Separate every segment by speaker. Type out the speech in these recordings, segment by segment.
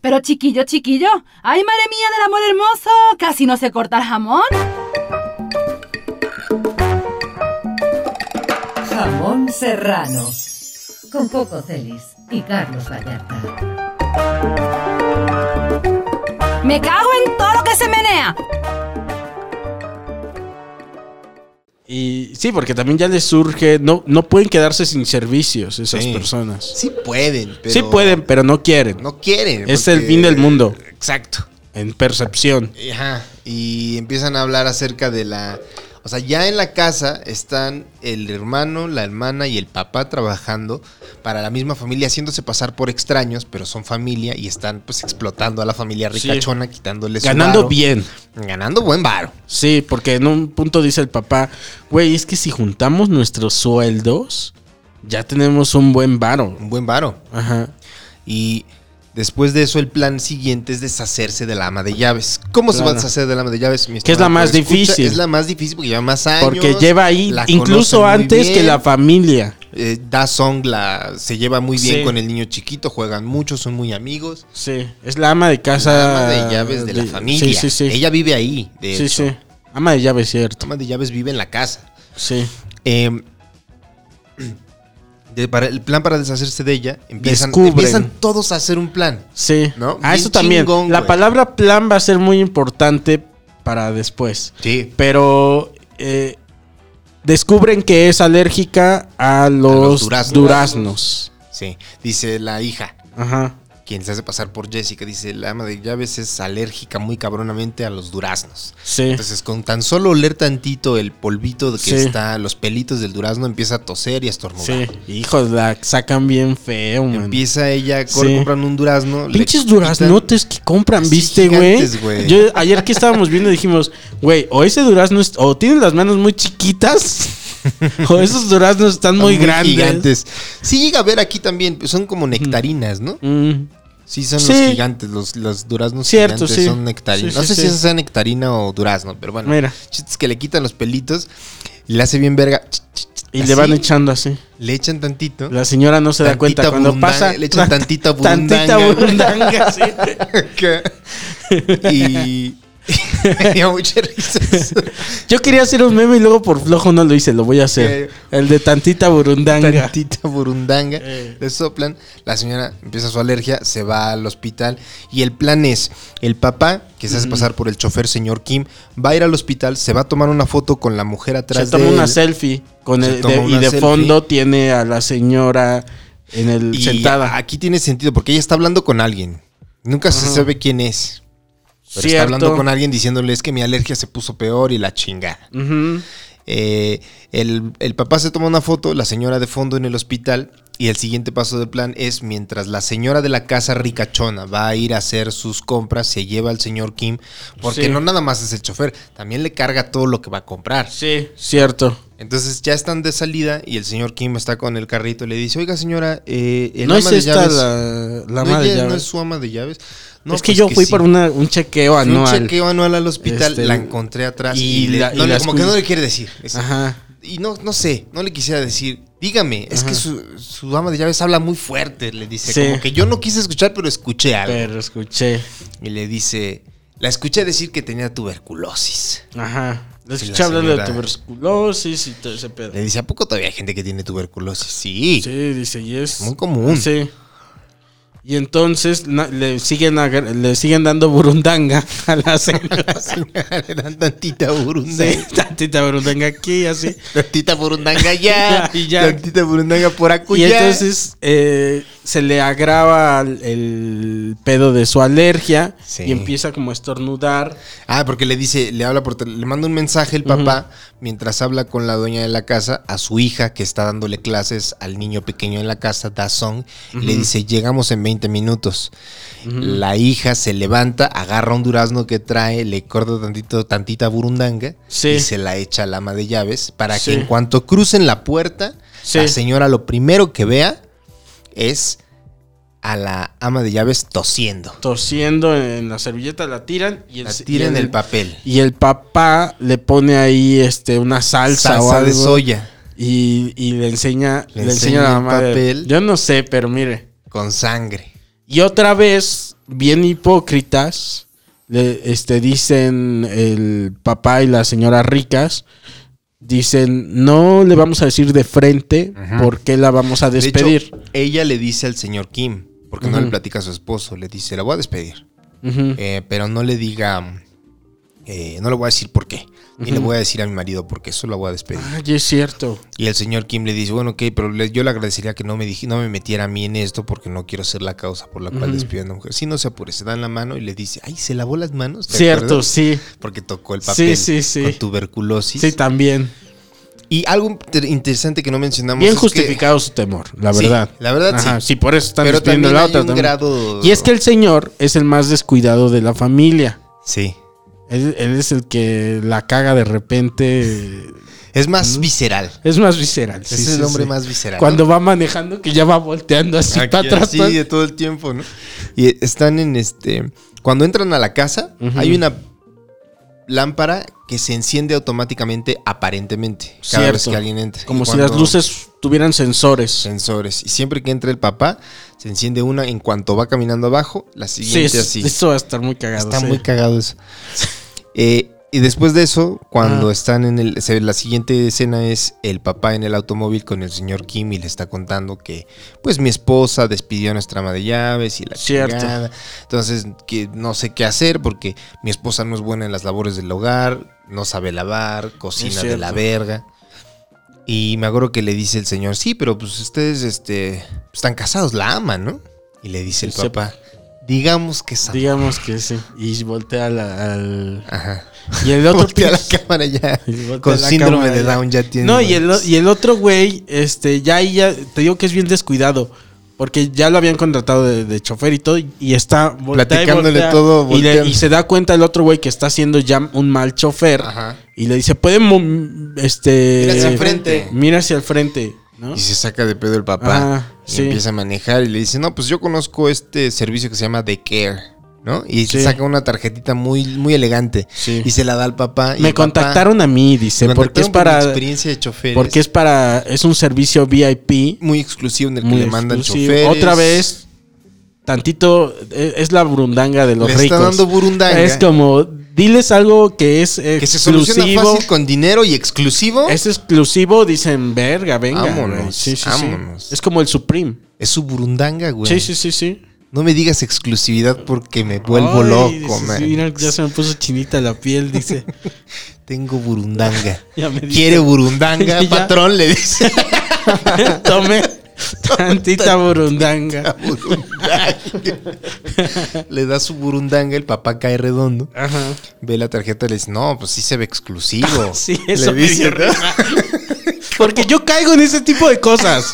Speaker 1: Pero chiquillo, chiquillo, ¡ay, madre mía del amor hermoso! ¡Casi no se corta el jamón!
Speaker 2: Jamón Serrano. Con Coco Celis y Carlos Vallarta.
Speaker 1: ¡Me cago en todo lo que se menea!
Speaker 3: Y sí, porque también ya les surge, no, no pueden quedarse sin servicios esas
Speaker 4: Sí.
Speaker 3: personas.
Speaker 4: Sí pueden, pero.
Speaker 3: sí pueden, pero no quieren.
Speaker 4: No quieren.
Speaker 3: Es el fin del mundo.
Speaker 4: Exacto.
Speaker 3: En percepción.
Speaker 4: Ajá. Y empiezan a hablar acerca de la. O sea, ya en la casa están el hermano, la hermana y el papá trabajando para la misma familia, haciéndose pasar por extraños, pero son familia y están pues explotando a la familia
Speaker 3: Sí.
Speaker 4: ricachona, quitándole su
Speaker 3: Ganando
Speaker 4: varo.
Speaker 3: bien.
Speaker 4: Ganando buen varo.
Speaker 3: Sí, porque en un punto dice el papá, güey, es que si juntamos nuestros sueldos, ya tenemos un buen varo.
Speaker 4: Un buen varo.
Speaker 3: Ajá.
Speaker 4: Y después de eso, el plan siguiente es deshacerse del ama de llaves. ¿Cómo se va a
Speaker 3: Claro.
Speaker 4: deshacer del ama de llaves? mi
Speaker 3: Que es la
Speaker 4: estimado
Speaker 3: más
Speaker 4: escucha?
Speaker 3: difícil.
Speaker 4: Es la más difícil porque lleva más años.
Speaker 3: Porque lleva ahí,
Speaker 4: la
Speaker 3: incluso
Speaker 4: conocen muy
Speaker 3: antes que
Speaker 4: bien.
Speaker 3: la familia.
Speaker 4: Eh, da Song la, se lleva muy bien
Speaker 3: Sí.
Speaker 4: con el niño chiquito, juegan mucho, son muy amigos.
Speaker 3: Sí, es la ama de casa.
Speaker 4: La ama de llaves de, la
Speaker 3: Ah, Sí,
Speaker 4: familia.
Speaker 3: sí, sí.
Speaker 4: Ella vive ahí, de
Speaker 3: sí,
Speaker 4: hecho.
Speaker 3: sí. Ama de llaves,
Speaker 4: La
Speaker 3: cierto.
Speaker 4: ama de llaves vive en la casa.
Speaker 3: Sí.
Speaker 4: Eh, de- para- el plan para deshacerse de ella, empiezan,
Speaker 3: Descubren.
Speaker 4: empiezan todos a hacer un plan.
Speaker 3: Sí.
Speaker 4: ¿No?
Speaker 3: Ah,
Speaker 4: Bien
Speaker 3: eso también.
Speaker 4: chingón,
Speaker 3: la
Speaker 4: güey.
Speaker 3: palabra plan va a ser muy importante para después.
Speaker 4: Sí.
Speaker 3: Pero eh, descubren que es alérgica a los,
Speaker 4: duraznos.
Speaker 3: duraznos.
Speaker 4: Sí, dice la hija,
Speaker 3: Ajá.
Speaker 4: quien se hace pasar por Jessica, dice, la ama de llaves es alérgica muy cabronamente a los duraznos.
Speaker 3: Sí.
Speaker 4: Entonces, con tan solo oler tantito el polvito que
Speaker 3: Sí.
Speaker 4: está, los pelitos del durazno, empieza a toser y a estornudar.
Speaker 3: sí. Hijos, la sacan bien feo, man.
Speaker 4: Empieza ella, cor-
Speaker 3: Sí.
Speaker 4: compran un durazno. le
Speaker 3: Pinches
Speaker 4: quitan-
Speaker 3: duraznotes que compran,
Speaker 4: Así
Speaker 3: ¿viste, güey?
Speaker 4: gigantes, güey.
Speaker 3: Yo ayer que estábamos viendo dijimos, güey, o ese durazno es- o tienen las manos muy chiquitas o esos duraznos están muy, grandes.
Speaker 4: Gigantes. Sí, llega a ver aquí también, pues, son como nectarinas, ¿no?
Speaker 3: Mm,
Speaker 4: Sí, son
Speaker 3: Sí.
Speaker 4: los gigantes, los, los duraznos
Speaker 3: Cierto,
Speaker 4: gigantes
Speaker 3: sí.
Speaker 4: son nectarinas.
Speaker 3: Sí,
Speaker 4: no
Speaker 3: sí,
Speaker 4: sé
Speaker 3: sí.
Speaker 4: si esa sea nectarina o durazno, pero bueno.
Speaker 3: Mira.
Speaker 4: Chistes que le quitan los pelitos, le hace bien verga, ch- ch- ch-
Speaker 3: y le van
Speaker 4: así,
Speaker 3: echando así.
Speaker 4: le echan tantito.
Speaker 3: La señora no se da
Speaker 4: Tantita
Speaker 3: cuenta cuando
Speaker 4: abundan-
Speaker 3: pasa
Speaker 4: le echan tantita
Speaker 3: tantita
Speaker 4: abundanga.
Speaker 3: abundanga, sí.
Speaker 4: y... Tenía mucha risa.
Speaker 3: Yo quería hacer un meme y luego por flojo no lo hice, lo voy a hacer.
Speaker 4: Ok.
Speaker 3: El de tantita burundanga.
Speaker 4: Tantita burundanga.
Speaker 3: Eh.
Speaker 4: Le soplan. La señora empieza su alergia, se va al hospital. Y el plan es: el papá, que se hace pasar por el chofer, señor Kim, va a ir al hospital, se va a tomar una foto con la mujer
Speaker 3: Se
Speaker 4: atrás
Speaker 3: toma
Speaker 4: de
Speaker 3: una
Speaker 4: él,
Speaker 3: selfie con
Speaker 4: Se
Speaker 3: el,
Speaker 4: toma
Speaker 3: de- y
Speaker 4: una
Speaker 3: de
Speaker 4: selfie.
Speaker 3: fondo tiene a la señora en el
Speaker 4: y
Speaker 3: sentada.
Speaker 4: Aquí tiene sentido, porque ella está hablando con alguien. Nunca se sabe quién es. Pero está hablando con alguien diciéndole: es que mi alergia se puso peor y la chingada.
Speaker 3: Ujú.
Speaker 4: Eh, el, el papá se toma una foto, la señora de fondo en el hospital. Y el siguiente paso del plan es mientras la señora de la casa ricachona va a ir a hacer sus compras, se lleva al señor Kim, porque
Speaker 3: Sí.
Speaker 4: no nada más es el chofer, también le carga todo lo que va a comprar.
Speaker 3: Sí, cierto.
Speaker 4: Entonces ya están de salida y el señor Kim está con el carrito y le dice, oiga señora, eh, el
Speaker 3: no
Speaker 4: ama
Speaker 3: es
Speaker 4: de
Speaker 3: esta
Speaker 4: llaves-
Speaker 3: la, la
Speaker 4: ¿No,
Speaker 3: ama de
Speaker 4: ella no
Speaker 3: llaves?
Speaker 4: es su ama de llaves. No,
Speaker 3: es que
Speaker 4: pues
Speaker 3: yo fui
Speaker 4: sí.
Speaker 3: por una- un chequeo
Speaker 4: Fui
Speaker 3: anual.
Speaker 4: un chequeo anual al hospital,
Speaker 3: Este,
Speaker 4: la encontré atrás
Speaker 3: y
Speaker 4: y, le-
Speaker 3: la- y
Speaker 4: no le-
Speaker 3: las
Speaker 4: como que no
Speaker 3: cul-
Speaker 4: le quiere decir. Es-
Speaker 3: Ajá.
Speaker 4: y no, no sé, no le quisiera decir. Dígame, es que su, su ama de llaves habla muy fuerte, le dice.
Speaker 3: Sí.
Speaker 4: Como que yo no quise escuchar, pero escuché algo.
Speaker 3: Pero escuché.
Speaker 4: Y le dice, la escuché decir que tenía tuberculosis.
Speaker 3: Ajá. Le
Speaker 4: Sí, la
Speaker 3: escuché hablando de
Speaker 4: señora. Eh,
Speaker 3: tuberculosis y todo ese pedo.
Speaker 4: Le dice, ¿a poco todavía hay gente que tiene tuberculosis? Sí.
Speaker 3: Sí, dice, y es.
Speaker 4: Muy común.
Speaker 3: Sí. Y entonces na- le siguen agar- le siguen dando burundanga a la señora.
Speaker 4: Le dan tantita burundanga.
Speaker 3: Sí, tantita burundanga aquí, así.
Speaker 4: Tantita burundanga ya.
Speaker 3: Y ya.
Speaker 4: Tantita burundanga por
Speaker 3: Y
Speaker 4: acuya.
Speaker 3: entonces eh, se le agrava el- el pedo de su alergia
Speaker 4: Sí.
Speaker 3: y empieza como a estornudar.
Speaker 4: Ah, porque le dice, le habla por tel- le manda un mensaje el papá mientras habla con la dueña de la casa a su hija que está dándole clases al niño pequeño en la casa, Da Song, y le dice, "Llegamos en 20 minutos." La hija se levanta, agarra un durazno que trae, le corta tantito tantita burundanga
Speaker 3: Sí.
Speaker 4: y se la echa al ama de llaves para
Speaker 3: Sí.
Speaker 4: que en cuanto crucen la puerta,
Speaker 3: Sí.
Speaker 4: la señora lo primero que vea es a la ama de llaves tosiendo.
Speaker 3: Tosiendo en la servilleta, la tiran y el,
Speaker 4: La tira en
Speaker 3: y
Speaker 4: el papel.
Speaker 3: Y el papá le pone ahí este una salsa, o
Speaker 4: salsa de
Speaker 3: algo,
Speaker 4: soya
Speaker 3: Y, y le enseña,
Speaker 4: Le
Speaker 3: le enseña a
Speaker 4: enseña
Speaker 3: la
Speaker 4: el
Speaker 3: mamá de-
Speaker 4: papel.
Speaker 3: Yo no sé, pero mire.
Speaker 4: con sangre.
Speaker 3: Y otra vez bien hipócritas, le- este, dicen el papá y la señora ricas, dicen, no le vamos a decir de frente por qué la vamos a
Speaker 4: De hecho,
Speaker 3: despedir.
Speaker 4: ella le dice al señor Kim, porque no
Speaker 3: Ujú.
Speaker 4: le platica a su esposo, le dice, la voy a despedir.
Speaker 3: Ujú.
Speaker 4: Eh, pero no le diga, eh, no le voy a decir por qué. Ni le voy a decir a mi marido por qué, solo la voy a despedir.
Speaker 3: Ay, es cierto.
Speaker 4: Y el señor Kim le dice, bueno, ok, pero le- yo le agradecería que no me, dij- no me metiera a mí en esto porque no quiero ser la causa por la cual despido a una mujer. Si no se apure, se dan la mano y le dice, ay, se lavó las manos. ¿te
Speaker 3: Cierto,
Speaker 4: acuerdas?
Speaker 3: sí.
Speaker 4: Porque tocó el
Speaker 3: Sí,
Speaker 4: papel
Speaker 3: sí, sí.
Speaker 4: con tuberculosis.
Speaker 3: Sí, también.
Speaker 4: y algo inter- interesante que no mencionamos
Speaker 3: Bien
Speaker 4: es que-
Speaker 3: justificado su temor, la
Speaker 4: Sí,
Speaker 3: verdad.
Speaker 4: la verdad, sí.
Speaker 3: por eso están
Speaker 4: Pero
Speaker 3: despidiendo
Speaker 4: también
Speaker 3: la
Speaker 4: hay
Speaker 3: otra.
Speaker 4: un
Speaker 3: también.
Speaker 4: grado-
Speaker 3: Y es que el señor es el más descuidado de la familia.
Speaker 4: Sí.
Speaker 3: Él, él es el que la caga de repente.
Speaker 4: Es más visceral.
Speaker 3: Es más visceral. sí,
Speaker 4: Ese es
Speaker 3: sí,
Speaker 4: el hombre
Speaker 3: sí.
Speaker 4: más visceral.
Speaker 3: Cuando va manejando, que ya va volteando así
Speaker 4: Aquí,
Speaker 3: para atrás.
Speaker 4: así,
Speaker 3: pa-
Speaker 4: de todo el tiempo, ¿no? Y eh, están en este. Cuando entran a la casa, hay una lámpara que se enciende automáticamente, aparentemente, cada vez
Speaker 3: Cierto.
Speaker 4: que alguien entre.
Speaker 3: Como
Speaker 4: Y
Speaker 3: si
Speaker 4: cuando-
Speaker 3: las luces tuvieran sensores.
Speaker 4: Sensores. Y siempre que entre el papá, se enciende una en cuanto va caminando abajo, la
Speaker 3: Sí,
Speaker 4: siguiente
Speaker 3: es-
Speaker 4: así.
Speaker 3: eso va a estar muy cagado.
Speaker 4: Está
Speaker 3: sí.
Speaker 4: muy cagado eso. Eh, y después de eso, cuando
Speaker 3: Ah.
Speaker 4: están en el. se- La siguiente escena es el papá en el automóvil con el señor Kim y le está contando que, pues, mi esposa despidió a nuestra ama de llaves y la
Speaker 3: Cierto.
Speaker 4: chingada. Entonces, que no sé qué hacer porque mi esposa no es buena en las labores del hogar, no sabe lavar, cocina de
Speaker 3: cierto.
Speaker 4: la verga. Y me acuerdo que le dice el señor, sí, pero pues ustedes este, están casados, la aman, ¿no? Y le dice el
Speaker 3: Sí, sí.
Speaker 4: papá, digamos que es amor".
Speaker 3: Digamos que sí. Y voltea la- al.
Speaker 4: Ajá.
Speaker 3: Y el otro.
Speaker 4: Voltea la
Speaker 3: pinche-
Speaker 4: cámara ya.
Speaker 3: Y voltea
Speaker 4: Con
Speaker 3: la
Speaker 4: síndrome
Speaker 3: cámara
Speaker 4: de
Speaker 3: ya.
Speaker 4: Down ya tiene.
Speaker 3: No, y el,
Speaker 4: manos.
Speaker 3: y el otro güey, este, ya ahí ya, te digo que es bien descuidado. Porque ya lo habían contratado de, de chofer y todo, y está voltea y
Speaker 4: Platicándole
Speaker 3: voltea,
Speaker 4: todo,
Speaker 3: Y, le-
Speaker 4: volteando.
Speaker 3: y se da cuenta el otro güey que está haciendo ya un mal chofer.
Speaker 4: Ajá.
Speaker 3: Y le dice, puede mo- este
Speaker 4: Mira hacia el frente.
Speaker 3: Mira hacia el frente, ¿no?
Speaker 4: Y se saca de pedo el papá.
Speaker 3: Ah,
Speaker 4: y
Speaker 3: sí.
Speaker 4: empieza a manejar y le dice: No, pues yo conozco este servicio que se llama The Care. ¿No? Y
Speaker 3: Sí.
Speaker 4: se saca una tarjetita muy, muy elegante.
Speaker 3: Sí.
Speaker 4: Y se la da al papá. y
Speaker 3: Me
Speaker 4: el papá-
Speaker 3: contactaron a mí,
Speaker 4: me
Speaker 3: dice,
Speaker 4: contactaron
Speaker 3: porque es
Speaker 4: por mi
Speaker 3: para
Speaker 4: experiencia de choferes.
Speaker 3: porque es para es un servicio VIP
Speaker 4: muy exclusivo en el que
Speaker 3: muy
Speaker 4: le mandan
Speaker 3: exclusivo.
Speaker 4: choferes.
Speaker 3: Otra vez tantito eh, es la burundanga de los
Speaker 4: Le
Speaker 3: ricos.
Speaker 4: está dando burundanga.
Speaker 3: Es como, diles algo que es
Speaker 4: Que se
Speaker 3: exclusivo.
Speaker 4: soluciona fácil con dinero y exclusivo.
Speaker 3: Es exclusivo, dicen, verga, venga.
Speaker 4: Vámonos,
Speaker 3: güey". sí, sí, sí.
Speaker 4: vámonos.
Speaker 3: Es como el Supreme.
Speaker 4: Es su burundanga, güey.
Speaker 3: Sí, sí, sí, sí.
Speaker 4: No me digas exclusividad porque me vuelvo
Speaker 3: Ay,
Speaker 4: loco,
Speaker 3: sí,
Speaker 4: man.
Speaker 3: sí, mira, ya se me puso chinita la piel, dice.
Speaker 4: Tengo burundanga.
Speaker 3: Ya me dice.
Speaker 4: ¿Quiere burundanga,
Speaker 3: Ya.
Speaker 4: patrón? Le dice.
Speaker 3: Tome tantita burundanga.
Speaker 4: le da su burundanga, el papá cae redondo.
Speaker 3: Ajá.
Speaker 4: Ve la tarjeta y le dice, no, pues sí se ve exclusivo.
Speaker 3: Sí, eso
Speaker 4: le
Speaker 3: me dio
Speaker 4: dice, ¿no?
Speaker 3: risa. Porque yo caigo en ese tipo de cosas.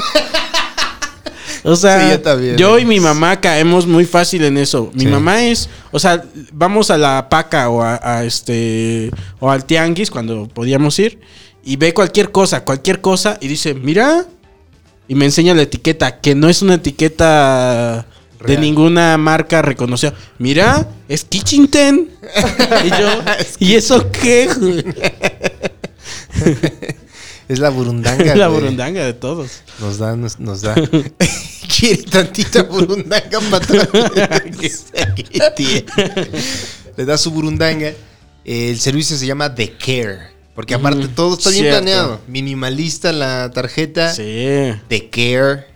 Speaker 3: O sea,
Speaker 4: Sí,
Speaker 3: yo,
Speaker 4: yo también.
Speaker 3: y mi mamá caemos muy fácil en eso. Mi
Speaker 4: Sí.
Speaker 3: mamá es, o sea, vamos a la paca o a, a este o al tianguis cuando podíamos ir y ve cualquier cosa, cualquier cosa y dice, "Mira." Y me enseña la etiqueta, que no es una etiqueta de
Speaker 4: Real.
Speaker 3: ninguna marca reconocida. Mira, es Kitchen Ten. y yo, ¿y eso qué? güey?"
Speaker 4: Es la burundanga.
Speaker 3: la
Speaker 4: güey.
Speaker 3: burundanga de todos.
Speaker 4: Nos da, nos, nos da. Quiere tantita burundanga, patrón. Aquí tiene. Le da su burundanga. El servicio se llama The Care. Porque aparte
Speaker 3: Ujú,
Speaker 4: todo está bien
Speaker 3: cierto.
Speaker 4: planeado. Minimalista la tarjeta.
Speaker 3: Sí.
Speaker 4: The Care.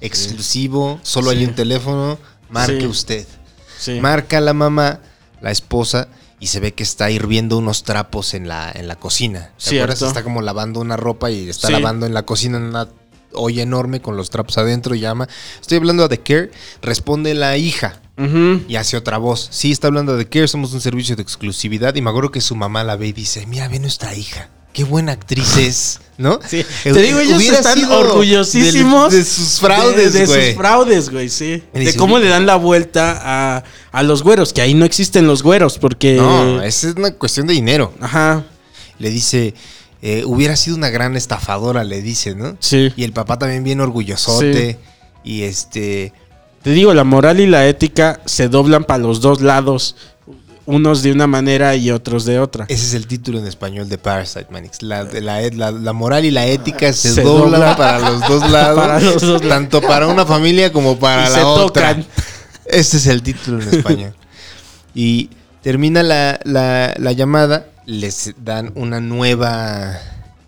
Speaker 4: Exclusivo. Solo hay
Speaker 3: Sí.
Speaker 4: un teléfono. Marque
Speaker 3: Sí.
Speaker 4: usted.
Speaker 3: Sí.
Speaker 4: Marca la mamá, la esposa. Y se ve que está hirviendo unos trapos en la, en la cocina. ¿Te
Speaker 3: Cierto.
Speaker 4: acuerdas? Está como lavando una ropa y está
Speaker 3: Sí.
Speaker 4: lavando en la cocina en una olla enorme con los trapos adentro y llama. Estoy hablando a The Care. Responde la hija.
Speaker 3: Ujú.
Speaker 4: Y hace otra voz. Sí, está hablando de Care, somos un servicio de exclusividad. Y me acuerdo que su mamá la ve y dice: Mira, ve nuestra hija. Qué buena actriz es, ¿no?
Speaker 3: Sí.
Speaker 4: Eh,
Speaker 3: Te digo, ellos
Speaker 4: hubiera
Speaker 3: están
Speaker 4: sido
Speaker 3: orgullosísimos
Speaker 4: del- De, sus fraudes,
Speaker 3: de, de
Speaker 4: güey.
Speaker 3: sus fraudes, güey, sí.
Speaker 4: Y
Speaker 3: De
Speaker 4: dices,
Speaker 3: cómo le dan la vuelta a, a los güeros, que ahí no existen los güeros, porque.
Speaker 4: No, esa es una cuestión de dinero.
Speaker 3: Ajá.
Speaker 4: Le dice: eh, Hubiera sido una gran estafadora, le dice, ¿no?
Speaker 3: Sí.
Speaker 4: Y el papá también bien orgullosote. Y este.
Speaker 3: Te digo, la moral y la ética se doblan para los dos lados. Unos de una manera y otros de otra.
Speaker 4: Ese es el título en español de Parasite Manix. La, la, la- la moral y la ética se,
Speaker 3: Ah, Se
Speaker 4: doblan
Speaker 3: dobla.
Speaker 4: para los dos lados.
Speaker 3: Para los dos lados.
Speaker 4: Tanto para una familia como para
Speaker 3: Y
Speaker 4: la
Speaker 3: se
Speaker 4: otra.
Speaker 3: tocan.
Speaker 4: Este es el título en España. Y termina la, la- la llamada, les dan una nueva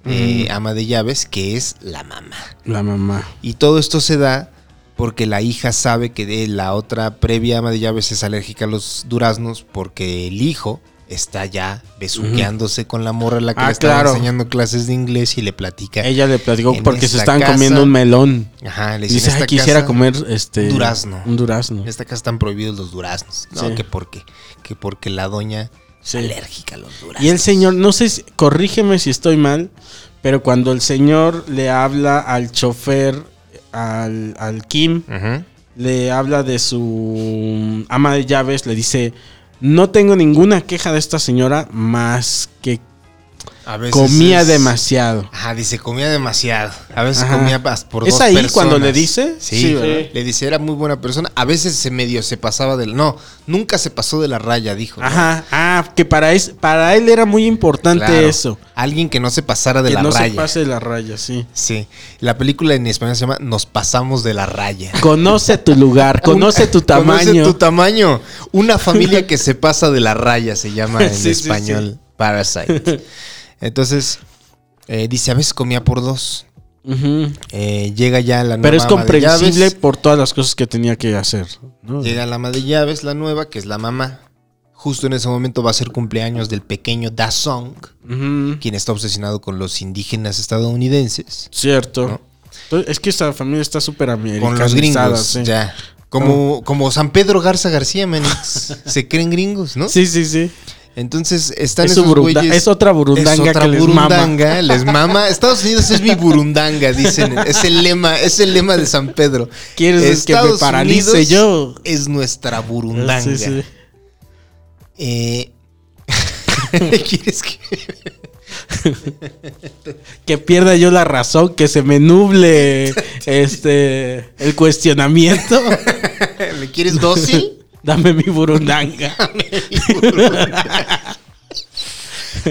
Speaker 4: eh, ama de llaves que es la mamá.
Speaker 3: La mamá.
Speaker 4: Y todo esto se da porque la hija sabe que de la otra previa ama de llaves es alérgica a los duraznos porque el hijo está ya besuqueándose con la morra a la que
Speaker 3: Ah,
Speaker 4: le estaba
Speaker 3: claro.
Speaker 4: enseñando clases de inglés y le platica.
Speaker 3: Ella le platicó
Speaker 4: En
Speaker 3: porque se
Speaker 4: esta
Speaker 3: están
Speaker 4: casa-
Speaker 3: comiendo un melón.
Speaker 4: Ajá, le dice,
Speaker 3: Dice,
Speaker 4: "En
Speaker 3: "Ay,
Speaker 4: esta
Speaker 3: quisiera
Speaker 4: casa-
Speaker 3: comer este...
Speaker 4: durazno".
Speaker 3: Un durazno.
Speaker 4: En esta casa están prohibidos los duraznos. No,
Speaker 3: Sí.
Speaker 4: que porque, que porque la doña es
Speaker 3: Sí.
Speaker 4: alérgica a los duraznos.
Speaker 3: Y el señor, no sé, si- corrígeme si estoy mal, pero cuando el señor le habla al chofer, al, al Kim,
Speaker 4: Ujú.
Speaker 3: le habla de su mm, ama de llaves, le dice, no tengo ninguna queja de esta señora más que
Speaker 4: A veces
Speaker 3: comía
Speaker 4: Pues es-
Speaker 3: demasiado.
Speaker 4: Ajá, dice, comía demasiado. A veces
Speaker 3: Ajá.
Speaker 4: comía pas- por
Speaker 3: ¿Es
Speaker 4: dos
Speaker 3: ahí
Speaker 4: personas.
Speaker 3: cuando le dice?
Speaker 4: Sí,
Speaker 3: Sí, ¿verdad?
Speaker 4: le dice, era muy buena persona. A veces se medio se pasaba del... No, nunca se pasó de la raya, dijo. ¿no?
Speaker 3: Ajá, ah, que para, es, para él era muy importante
Speaker 4: Claro.
Speaker 3: eso.
Speaker 4: Alguien que no se pasara de
Speaker 3: Que
Speaker 4: la
Speaker 3: no
Speaker 4: raya.
Speaker 3: se pase la raya, sí.
Speaker 4: Sí. La película en español se llama Nos pasamos de la raya.
Speaker 3: Conoce tu lugar, conoce tu tamaño.
Speaker 4: Conoce tu tamaño. Una familia que se pasa de la raya se llama en
Speaker 3: Sí, sí,
Speaker 4: español Parasite. Entonces, eh, dice, a veces comía por dos.
Speaker 3: Ujú.
Speaker 4: Eh, llega ya la nueva
Speaker 3: Pero es
Speaker 4: ama de llaves.
Speaker 3: comprensible por todas las cosas que tenía que hacer. ¿no?
Speaker 4: Llega la ama de llaves, la nueva, que es la mamá. Justo en ese momento va a ser cumpleaños del pequeño Da Song,
Speaker 3: Ujú.
Speaker 4: quien está obsesionado con los indígenas estadounidenses,
Speaker 3: Cierto.
Speaker 4: ¿No?
Speaker 3: Entonces, Es que esta familia está súper
Speaker 4: con los gringos,
Speaker 3: Sí.
Speaker 4: ya. Como, como San Pedro Garza García, Menix. Se creen gringos, ¿no?
Speaker 3: sí, sí, sí.
Speaker 4: Entonces están
Speaker 3: Es su
Speaker 4: esos
Speaker 3: burunda-
Speaker 4: güeyes-
Speaker 3: es otra burundanga
Speaker 4: es otra
Speaker 3: que les
Speaker 4: burundanga, les mama. Estados Unidos es mi burundanga, dicen. Es el lema, es el lema de San Pedro.
Speaker 3: ¿Quieres que me paralice yo? Ah,
Speaker 4: Es nuestra burundanga.
Speaker 3: Sí, sí.
Speaker 4: Eh, ¿Quieres que
Speaker 3: Que pierda yo la razón, que se me nuble este el cuestionamiento.
Speaker 4: me quieres dócil?
Speaker 3: Dame mi burundanga.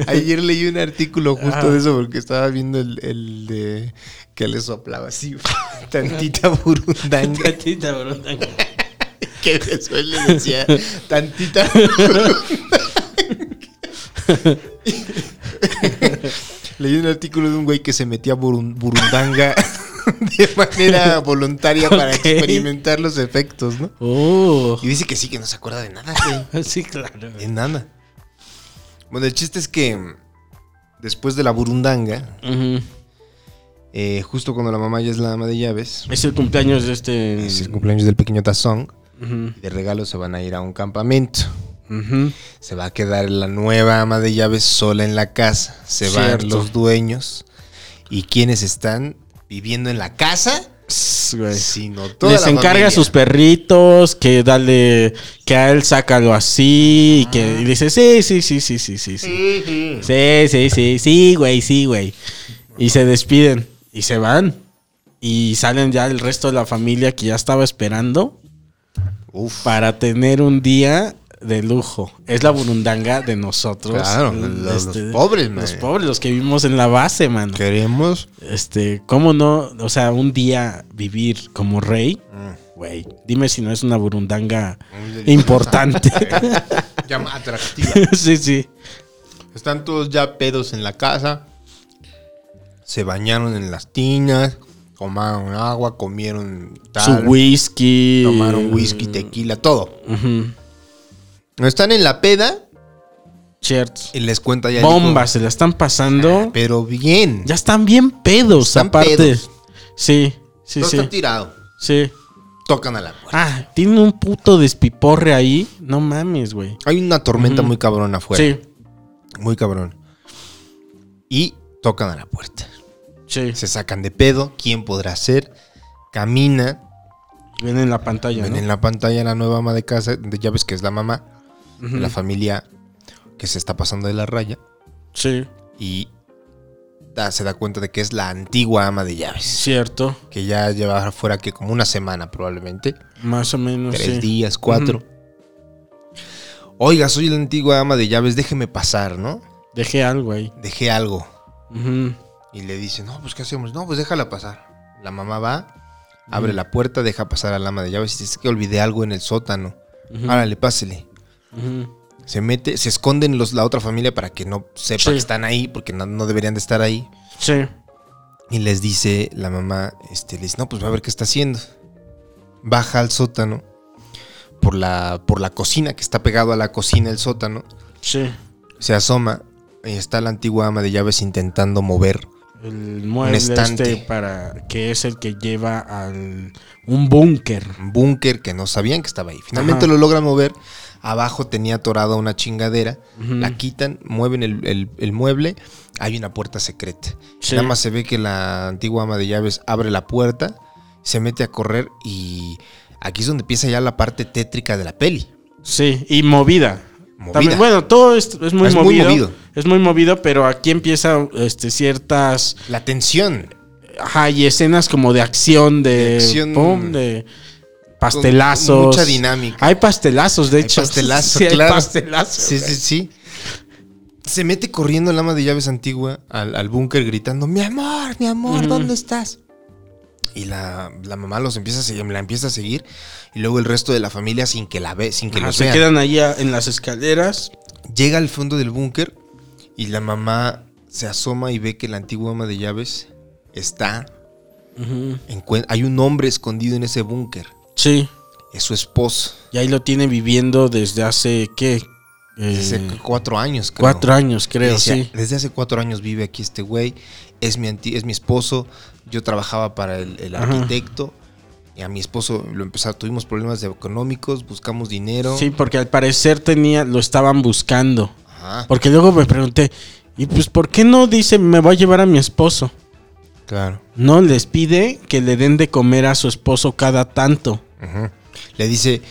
Speaker 4: Ayer leí un artículo justo de eso porque estaba viendo el, el de que le soplaba así tantita burundanga
Speaker 3: Tantita burundanga.
Speaker 4: que después le decía tantita burundanga. Leí un artículo de un güey que se metía burun- burundanga de manera voluntaria para
Speaker 3: Ok.
Speaker 4: experimentar los efectos, ¿no?
Speaker 3: Oh.
Speaker 4: Y dice que sí, que no se acuerda de nada, güey.
Speaker 3: Sí, claro.
Speaker 4: De nada. Bueno, el chiste es que mm, después de la burundanga,
Speaker 3: Ujú.
Speaker 4: eh, justo cuando la mamá ya es la ama de llaves,
Speaker 3: Es el cumpleaños de este.
Speaker 4: es el cumpleaños del pequeño Tazón,
Speaker 3: Ujú.
Speaker 4: y de regalo se van a ir a un campamento.
Speaker 3: Ujú.
Speaker 4: Se va a quedar la nueva ama de llaves sola en la casa. Se
Speaker 3: Cierto.
Speaker 4: van los dueños. ¿Y quienes están viviendo en la casa?
Speaker 3: Sss, güey.
Speaker 4: Sino toda
Speaker 3: Les
Speaker 4: la
Speaker 3: encarga
Speaker 4: familia.
Speaker 3: a sus perritos, que dale, que a él sácalo así, y que y dice, sí, sí, sí, sí, sí, sí, sí. Sí, sí, sí, sí, güey, sí, güey. Y se despiden y se van. Y salen ya el resto de la familia que ya estaba esperando
Speaker 4: Uf,
Speaker 3: para tener un día de lujo. Es la burundanga de nosotros.
Speaker 4: Claro,
Speaker 3: eh,
Speaker 4: los- los pobres,
Speaker 3: Los
Speaker 4: man.
Speaker 3: pobres, los que vivimos en la base, mano.
Speaker 4: queremos.
Speaker 3: Este, ¿cómo no? O sea, un día vivir como rey,
Speaker 4: Mm.
Speaker 3: güey. Dime si no es una burundanga importante.
Speaker 4: Llama atractiva.
Speaker 3: sí, sí.
Speaker 4: Están todos ya pedos en la casa. Se bañaron en las tinas. Tomaron agua, comieron tal,
Speaker 3: Su whisky. mm,
Speaker 4: Tomaron whisky, tequila, todo.
Speaker 3: Ujú.
Speaker 4: Están en la peda
Speaker 3: Shirts.
Speaker 4: y les cuenta ya.
Speaker 3: Bombas, se la están
Speaker 4: dijo,
Speaker 3: pasando.
Speaker 4: pero bien.
Speaker 3: Ya están bien pedos,
Speaker 4: Están
Speaker 3: aparte.
Speaker 4: pedos.
Speaker 3: Sí, sí,
Speaker 4: todo
Speaker 3: sí.
Speaker 4: está tirado.
Speaker 3: Sí.
Speaker 4: Tocan a la puerta.
Speaker 3: Ah, tienen un puto despiporre ahí. No mames, güey.
Speaker 4: Hay una tormenta muy cabrón afuera.
Speaker 3: Sí,
Speaker 4: Muy cabrón. Y tocan a la puerta.
Speaker 3: sí.
Speaker 4: Se sacan de pedo. ¿Quién podrá ser? Camina.
Speaker 3: Ven en la pantalla,
Speaker 4: Ven
Speaker 3: ¿no?
Speaker 4: en la pantalla la nueva ama de casa, de llaves que es la mamá, de la familia que se está pasando de la raya
Speaker 3: Sí,
Speaker 4: y da- se da cuenta de que es la antigua ama de llaves,
Speaker 3: cierto.
Speaker 4: que ya lleva fuera que como una semana probablemente,
Speaker 3: Más o menos,
Speaker 4: tres
Speaker 3: Oh, sí.
Speaker 4: días, cuatro. Oiga, soy la antigua ama de llaves, déjeme pasar, ¿no?
Speaker 3: Dejé algo ahí.
Speaker 4: Dejé algo.
Speaker 3: Ujú.
Speaker 4: Y le dice, no, pues ¿qué hacemos? No, pues déjala pasar. La mamá va, Abre la puerta, deja pasar al ama de llaves y dice "Es que olvidé algo en el sótano. Árale, pásele. Se mete, se esconden los, la otra familia para que no sepa
Speaker 3: Sí.
Speaker 4: que están ahí, porque no, no deberían de estar ahí.
Speaker 3: Sí.
Speaker 4: Y les dice la mamá, este, les dice, no, pues va a ver qué está haciendo. Baja al sótano por la, por la cocina, que está pegado a la cocina el sótano.
Speaker 3: Sí.
Speaker 4: Se asoma y está la antigua ama de llaves intentando mover.
Speaker 3: El mueble
Speaker 4: estante.
Speaker 3: este para que es el que lleva al un búnker.
Speaker 4: un búnker que no sabían que estaba ahí. Finalmente
Speaker 3: Ajá.
Speaker 4: lo logran mover. Abajo tenía atorada una chingadera. La quitan, mueven el, el- el mueble. Hay una puerta secreta.
Speaker 3: Sí.
Speaker 4: Nada más se ve que la antigua ama de llaves abre la puerta, se mete a correr y aquí es donde empieza ya la parte tétrica de la peli.
Speaker 3: Sí, y movida.
Speaker 4: Movida. Ah,
Speaker 3: También, bueno, todo es, es muy
Speaker 4: Es muy
Speaker 3: movido.
Speaker 4: movido.
Speaker 3: Es muy movido, pero aquí empieza este, ciertas
Speaker 4: La tensión.
Speaker 3: ajá, y escenas como de acción, de,
Speaker 4: De acción.
Speaker 3: pum, de pastelazos.
Speaker 4: Con mucha dinámica.
Speaker 3: Hay pastelazos, de
Speaker 4: Hay
Speaker 3: hecho.
Speaker 4: pastelazo,
Speaker 3: Sí, hay
Speaker 4: claro.
Speaker 3: pastelazos,
Speaker 4: Sí, sí, sí. Se mete corriendo el ama de llaves antigua al, al búnker gritando, mi amor, mi amor, ¿dónde estás? Y la, la mamá los empieza a seguir, la empieza a seguir y luego el resto de la familia sin que la ve, sin que
Speaker 3: Ajá,
Speaker 4: los
Speaker 3: se
Speaker 4: vean.
Speaker 3: quedan ahí a- en las escaleras.
Speaker 4: Llega al fondo del búnker y la mamá se asoma y ve que la antigua ama de llaves está. encuen- Hay un hombre escondido en ese búnker.
Speaker 3: Sí.
Speaker 4: Es su esposo.
Speaker 3: Y ahí lo tiene viviendo desde hace, ¿qué?
Speaker 4: Desde
Speaker 3: Eh,
Speaker 4: hace cuatro años, creo.
Speaker 3: cuatro años, creo,
Speaker 4: Decía,
Speaker 3: sí.
Speaker 4: Desde hace cuatro años vive aquí este güey, es mi, anti- es mi esposo, yo trabajaba para el, el
Speaker 3: Ajá.
Speaker 4: arquitecto y a mi esposo lo empezó, tuvimos problemas de- económicos, buscamos dinero.
Speaker 3: Sí, porque al parecer tenía, lo estaban buscando.
Speaker 4: Ajá,
Speaker 3: Porque luego me pregunté, ¿y pues por qué no dice me va a llevar a mi esposo?
Speaker 4: claro.
Speaker 3: No, les pide que le den de comer a su esposo cada tanto.
Speaker 4: Ujú. Le dice,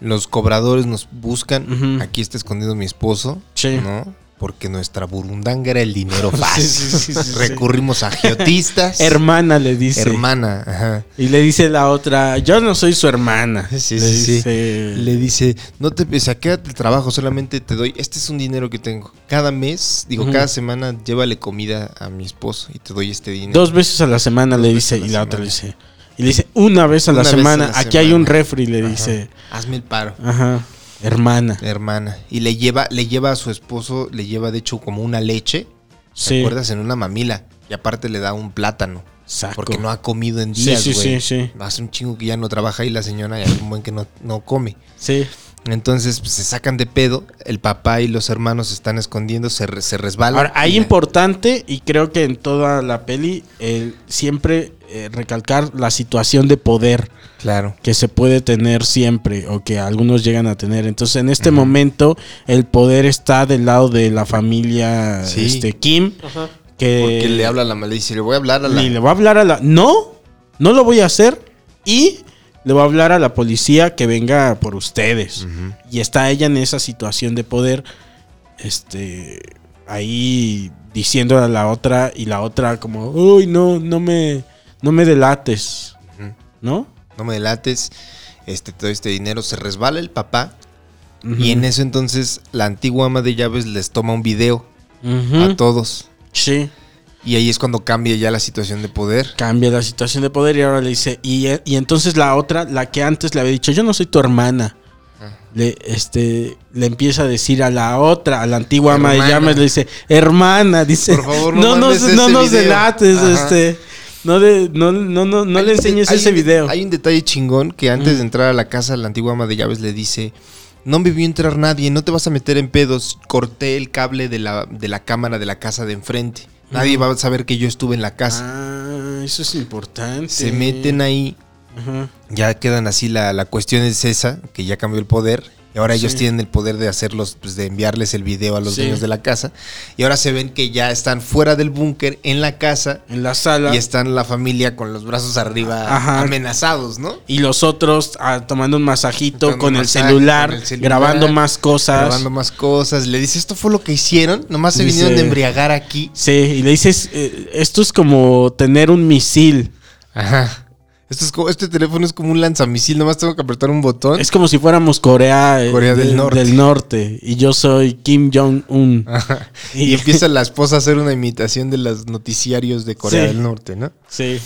Speaker 4: los cobradores nos buscan,
Speaker 3: Ujú.
Speaker 4: aquí está escondido mi esposo,
Speaker 3: Sí.
Speaker 4: ¿no? Porque nuestra burundanga era el dinero fácil.
Speaker 3: sí, sí, sí, sí.
Speaker 4: Recurrimos a geotistas.
Speaker 3: Hermana le dice.
Speaker 4: Hermana, ajá.
Speaker 3: Y le dice la otra, yo no soy su hermana.
Speaker 4: Sí,
Speaker 3: le
Speaker 4: sí, sí.
Speaker 3: dice,
Speaker 4: Le dice, no te o sea, quédate el trabajo, solamente te doy, este es un dinero que tengo. Cada mes, digo,
Speaker 3: Ujú.
Speaker 4: cada semana, llévale comida a mi esposo y te doy este dinero.
Speaker 3: Dos veces a la semana
Speaker 4: Dos
Speaker 3: le
Speaker 4: veces
Speaker 3: dice,
Speaker 4: a
Speaker 3: y
Speaker 4: la
Speaker 3: la otra le
Speaker 4: semana.
Speaker 3: dice, y le dice, una vez a la
Speaker 4: Una vez a
Speaker 3: semana,
Speaker 4: la
Speaker 3: aquí hay un
Speaker 4: semana.
Speaker 3: refri, le
Speaker 4: Ajá.
Speaker 3: dice,
Speaker 4: Hazme el paro,
Speaker 3: ajá, hermana.
Speaker 4: hermana. Y le lleva, le lleva a su esposo, le lleva de hecho como una leche, ¿te
Speaker 3: Sí,
Speaker 4: acuerdas? En una mamila. Y aparte le da un plátano.
Speaker 3: saco.
Speaker 4: Porque no ha comido en
Speaker 3: Sí,
Speaker 4: días,
Speaker 3: sí,
Speaker 4: güey.
Speaker 3: sí, sí.
Speaker 4: Hace un chingo que ya no trabaja y la señora ya un buen que no, no come.
Speaker 3: Sí,
Speaker 4: Entonces pues, se sacan de pedo, el papá y los hermanos se están escondiendo, se, re- se resbalan.
Speaker 3: Ahora,
Speaker 4: y
Speaker 3: hay
Speaker 4: la-
Speaker 3: importante, y creo que en toda la peli, el siempre eh, recalcar la situación de poder
Speaker 4: Claro.
Speaker 3: que se puede tener siempre o que algunos llegan a tener. Entonces, en este momento, el poder está del lado de la familia
Speaker 4: Sí.
Speaker 3: este, Kim, que
Speaker 4: Porque le habla a la mala y dice, le voy a hablar a la...
Speaker 3: Eh, y le va a hablar a la... No, no lo voy a hacer y le va a hablar a la policía que venga por ustedes. Y está ella en esa situación de poder, este, ahí diciendo a la otra y la otra como, uy, no, no me, no me delates,
Speaker 4: Ujú.
Speaker 3: ¿no?
Speaker 4: No me delates, este, te doy este dinero. Se resbala el papá y en eso entonces la antigua ama de llaves les toma un video
Speaker 3: Ujú.
Speaker 4: a todos.
Speaker 3: Sí,
Speaker 4: Y ahí es cuando cambia ya la situación de poder.
Speaker 3: cambia la situación de poder y ahora le dice, y, y entonces la otra, la que antes le había dicho, yo no soy tu hermana.
Speaker 4: Ah.
Speaker 3: Le, este, le empieza a decir a la otra, a la antigua ama de
Speaker 4: Hermana.
Speaker 3: llamas, le dice, hermana, dice,
Speaker 4: Por favor,
Speaker 3: no,
Speaker 4: no
Speaker 3: nos-
Speaker 4: mandes ese
Speaker 3: no nos
Speaker 4: video".
Speaker 3: delates,
Speaker 4: Ajá.
Speaker 3: este, no, de- no, no, no, no
Speaker 4: Hay
Speaker 3: le
Speaker 4: un de-
Speaker 3: enseñes
Speaker 4: hay
Speaker 3: ese
Speaker 4: un de-
Speaker 3: video.
Speaker 4: Hay un detalle chingón que antes de entrar a la casa la antigua ama de llaves le dice... No me vio entrar nadie, no te vas a meter en pedos. Corté el cable de la, de la cámara de la casa de enfrente. Nadie va a saber que yo estuve en la casa.
Speaker 3: Ah, eso es importante.
Speaker 4: Se meten ahí
Speaker 3: Ajá.
Speaker 4: ya quedan así la, la cuestión es esa, que ya cambió el poder. Y ahora ellos
Speaker 3: Sí.
Speaker 4: tienen el poder de hacerlos, pues, de enviarles el video a los
Speaker 3: Sí.
Speaker 4: dueños de la casa. Y ahora se ven que ya están fuera del búnker, en la casa,
Speaker 3: En la sala.
Speaker 4: y
Speaker 3: Y,
Speaker 4: están la familia con los brazos arriba
Speaker 3: Ajá.
Speaker 4: amenazados, ¿no?
Speaker 3: los otros ah, tomando un masajito
Speaker 4: Tomando
Speaker 3: con, el
Speaker 4: masaje,
Speaker 3: celular,
Speaker 4: con el celular,
Speaker 3: grabando más cosas.
Speaker 4: Grabando más cosas. Le dice, esto fue lo que hicieron, nomás se
Speaker 3: Dice-
Speaker 4: vinieron de embriagar aquí.
Speaker 3: Sí, y le dices, eh, esto es como tener un misil.
Speaker 4: Ajá. Esto es como- este teléfono es como un lanzamisil, nomás tengo que apretar un botón.
Speaker 3: Es como si fuéramos Corea, eh,
Speaker 4: Corea del Norte. Ah.
Speaker 3: Norte, Y yo soy Kim Jong-un.
Speaker 4: Ajá.
Speaker 3: Y-
Speaker 4: Y empieza la esposa a hacer una imitación de los noticiarios de Corea
Speaker 3: Sí.
Speaker 4: del Norte, ¿no?
Speaker 3: Sí.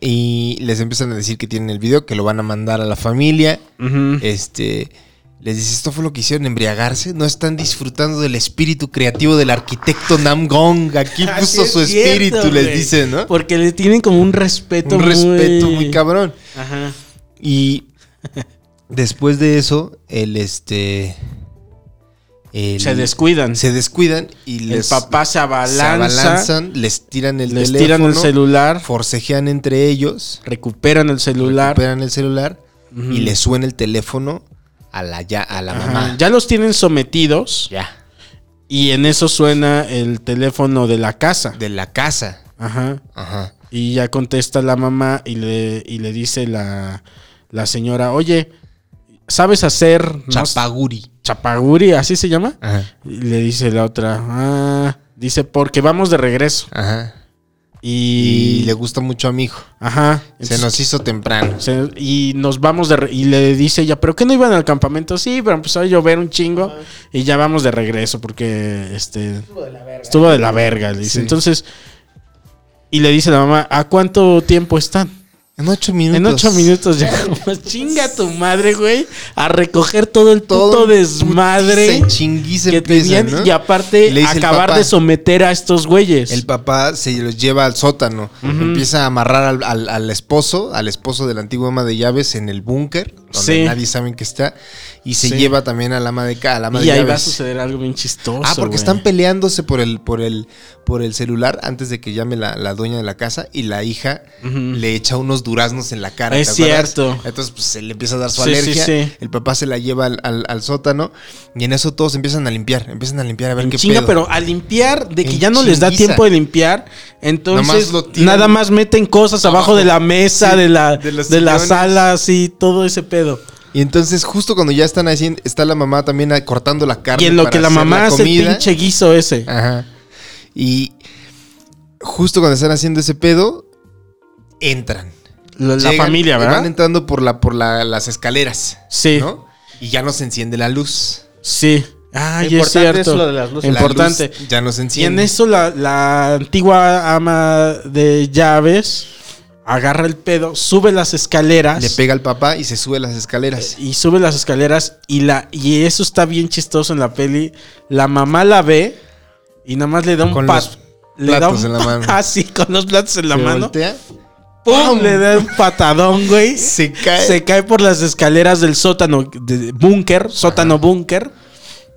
Speaker 4: y les empiezan a decir que tienen el video, que lo van a mandar a la familia.
Speaker 3: Ujú.
Speaker 4: Este, les dice, esto fue lo que hicieron, embriagarse. No están disfrutando del espíritu creativo del arquitecto Nam Gong. Aquí
Speaker 3: Ah,
Speaker 4: puso
Speaker 3: sí es
Speaker 4: su espíritu,
Speaker 3: cierto,
Speaker 4: les
Speaker 3: güey.
Speaker 4: dice, ¿no?
Speaker 3: Porque le tienen como un respeto
Speaker 4: Un
Speaker 3: muy...
Speaker 4: respeto muy cabrón.
Speaker 3: Ajá.
Speaker 4: Y después de eso, el este. el-
Speaker 3: Se descuidan.
Speaker 4: se descuidan y
Speaker 3: el
Speaker 4: les
Speaker 3: papá se
Speaker 4: se
Speaker 3: abalanza,
Speaker 4: abalanzan, les tiran el
Speaker 3: les
Speaker 4: teléfono,
Speaker 3: tiran el celular,
Speaker 4: forcejean entre ellos,
Speaker 3: recuperan el celular.
Speaker 4: recuperan el celular
Speaker 3: Ujú.
Speaker 4: y le suena el teléfono a la ya a la
Speaker 3: Ajá.
Speaker 4: mamá.
Speaker 3: Ya los tienen sometidos
Speaker 4: Ya.
Speaker 3: y en eso suena el teléfono de la casa.
Speaker 4: De la casa.
Speaker 3: Ajá.
Speaker 4: Ajá.
Speaker 3: Y ya contesta la mamá y le, y le dice la, la señora, oye, ¿sabes hacer no sé,
Speaker 4: Chapaguri.
Speaker 3: chapaguri? ¿Así se llama?
Speaker 4: Ajá.
Speaker 3: Y le dice la otra, ah, dice, porque vamos de regreso.
Speaker 4: Ajá.
Speaker 3: Y,
Speaker 4: Y, le gusta mucho a mi hijo.
Speaker 3: Ajá.
Speaker 4: Se nos hizo temprano.
Speaker 3: Se- y nos vamos de re- y le dice ella, pero que no iban al campamento, sí, pero empezó a llover un chingo y ya vamos de regreso porque este estuvo de la verga, le dice.
Speaker 4: Sí.
Speaker 3: Entonces y le dice la mamá, ¿a cuánto tiempo están?
Speaker 4: En ocho minutos.
Speaker 3: En ocho minutos llegamos. Chinga tu madre, güey, a recoger todo el
Speaker 4: Todo
Speaker 3: puto
Speaker 4: el
Speaker 3: desmadre
Speaker 4: putiza y chinguiza
Speaker 3: que
Speaker 4: empieza,
Speaker 3: tenían
Speaker 4: ¿no?
Speaker 3: y aparte
Speaker 4: Le dice el
Speaker 3: acabar
Speaker 4: papá.
Speaker 3: de someter a estos güeyes.
Speaker 4: El papá se los lleva al sótano. Empieza a amarrar al, al- al esposo, al esposo de la antigua ama de llaves en el búnker, donde
Speaker 3: Sí.
Speaker 4: nadie sabe que está. Y se
Speaker 3: Sí.
Speaker 4: lleva también al ama de, ca- a la ama de
Speaker 3: y ahí
Speaker 4: llaves.
Speaker 3: va a suceder algo bien chistoso.
Speaker 4: Ah, porque
Speaker 3: güey.
Speaker 4: están peleándose por el, por el, por el celular antes de que llame la, la dueña de la casa y la hija le echa unos duraznos en la cara.
Speaker 3: Es
Speaker 4: ¿te acuerdas?
Speaker 3: cierto.
Speaker 4: Entonces pues, se le empieza a dar su
Speaker 3: Sí, sí,
Speaker 4: alergia.
Speaker 3: sí.
Speaker 4: El papá se la lleva al, al- al sótano y en eso todos empiezan a limpiar, empiezan a limpiar a ver
Speaker 3: En
Speaker 4: qué
Speaker 3: chinga,
Speaker 4: pedo.
Speaker 3: pero a limpiar, de que
Speaker 4: En
Speaker 3: ya no les da
Speaker 4: chinguiza.
Speaker 3: tiempo de limpiar, entonces
Speaker 4: Nomás lo tiran
Speaker 3: nada más meten cosas abajo,
Speaker 4: abajo.
Speaker 3: de la mesa,
Speaker 4: Sí,
Speaker 3: de la
Speaker 4: de
Speaker 3: de,
Speaker 4: los
Speaker 3: la
Speaker 4: sillones.
Speaker 3: sala, así, todo ese pedo.
Speaker 4: Y entonces, justo cuando ya están haciendo, está la mamá también ah, cortando la carne.
Speaker 3: y en lo
Speaker 4: para
Speaker 3: que la
Speaker 4: hacer
Speaker 3: mamá hace el
Speaker 4: comida. Ah,
Speaker 3: pinche guiso ese.
Speaker 4: Ajá. Y justo cuando están haciendo ese pedo, entran.
Speaker 3: la la
Speaker 4: Llegan,
Speaker 3: familia,
Speaker 4: y Van
Speaker 3: ¿verdad?
Speaker 4: entrando por, la, por la- las escaleras.
Speaker 3: Sí,
Speaker 4: ¿no? Y ya no se enciende la luz.
Speaker 3: sí. Ay, es
Speaker 5: Importante
Speaker 3: cierto.
Speaker 5: eso, lo de las luces.
Speaker 4: La
Speaker 3: Importante.
Speaker 4: luz ya no
Speaker 3: Y
Speaker 4: se
Speaker 3: en
Speaker 4: enciende.
Speaker 3: eso la, la antigua ama de llaves agarra el pedo, sube las escaleras.
Speaker 4: Le pega al papá y se sube a las escaleras.
Speaker 3: y sube las escaleras y la y eso está bien chistoso en la peli. La mamá la ve y nada más le da un
Speaker 4: Con
Speaker 3: pa-
Speaker 4: los
Speaker 3: le da
Speaker 4: platos
Speaker 3: un
Speaker 4: en la
Speaker 3: pa-
Speaker 4: mano.
Speaker 3: Así con los platos en la
Speaker 4: Se
Speaker 3: mano.
Speaker 4: voltea,
Speaker 3: ¡Pum! Le da un patadón, güey.
Speaker 4: se cae.
Speaker 3: Se cae por las escaleras del sótano de búnker, sótano búnker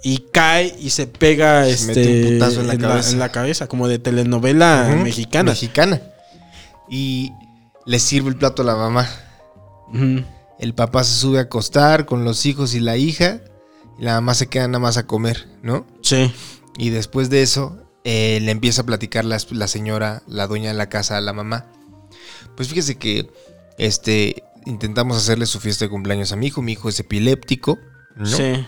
Speaker 3: y cae y se pega
Speaker 4: Se mete
Speaker 3: este
Speaker 4: un putazo en la cabeza.
Speaker 3: en la cabeza como de telenovela
Speaker 4: Ujú,
Speaker 3: mexicana.
Speaker 4: Mexicana. Y le sirve el plato a la mamá.
Speaker 3: Ujú.
Speaker 4: El papá se sube a acostar con los hijos y la hija. Y la mamá se queda nada más a comer, ¿no?
Speaker 3: Sí.
Speaker 4: Y después de eso, eh, le empieza a platicar la, la señora, la dueña de la casa, a la mamá. Pues fíjese que este, intentamos hacerle su fiesta de cumpleaños a mi hijo. Mi hijo es epiléptico. ¿no?
Speaker 3: Sí.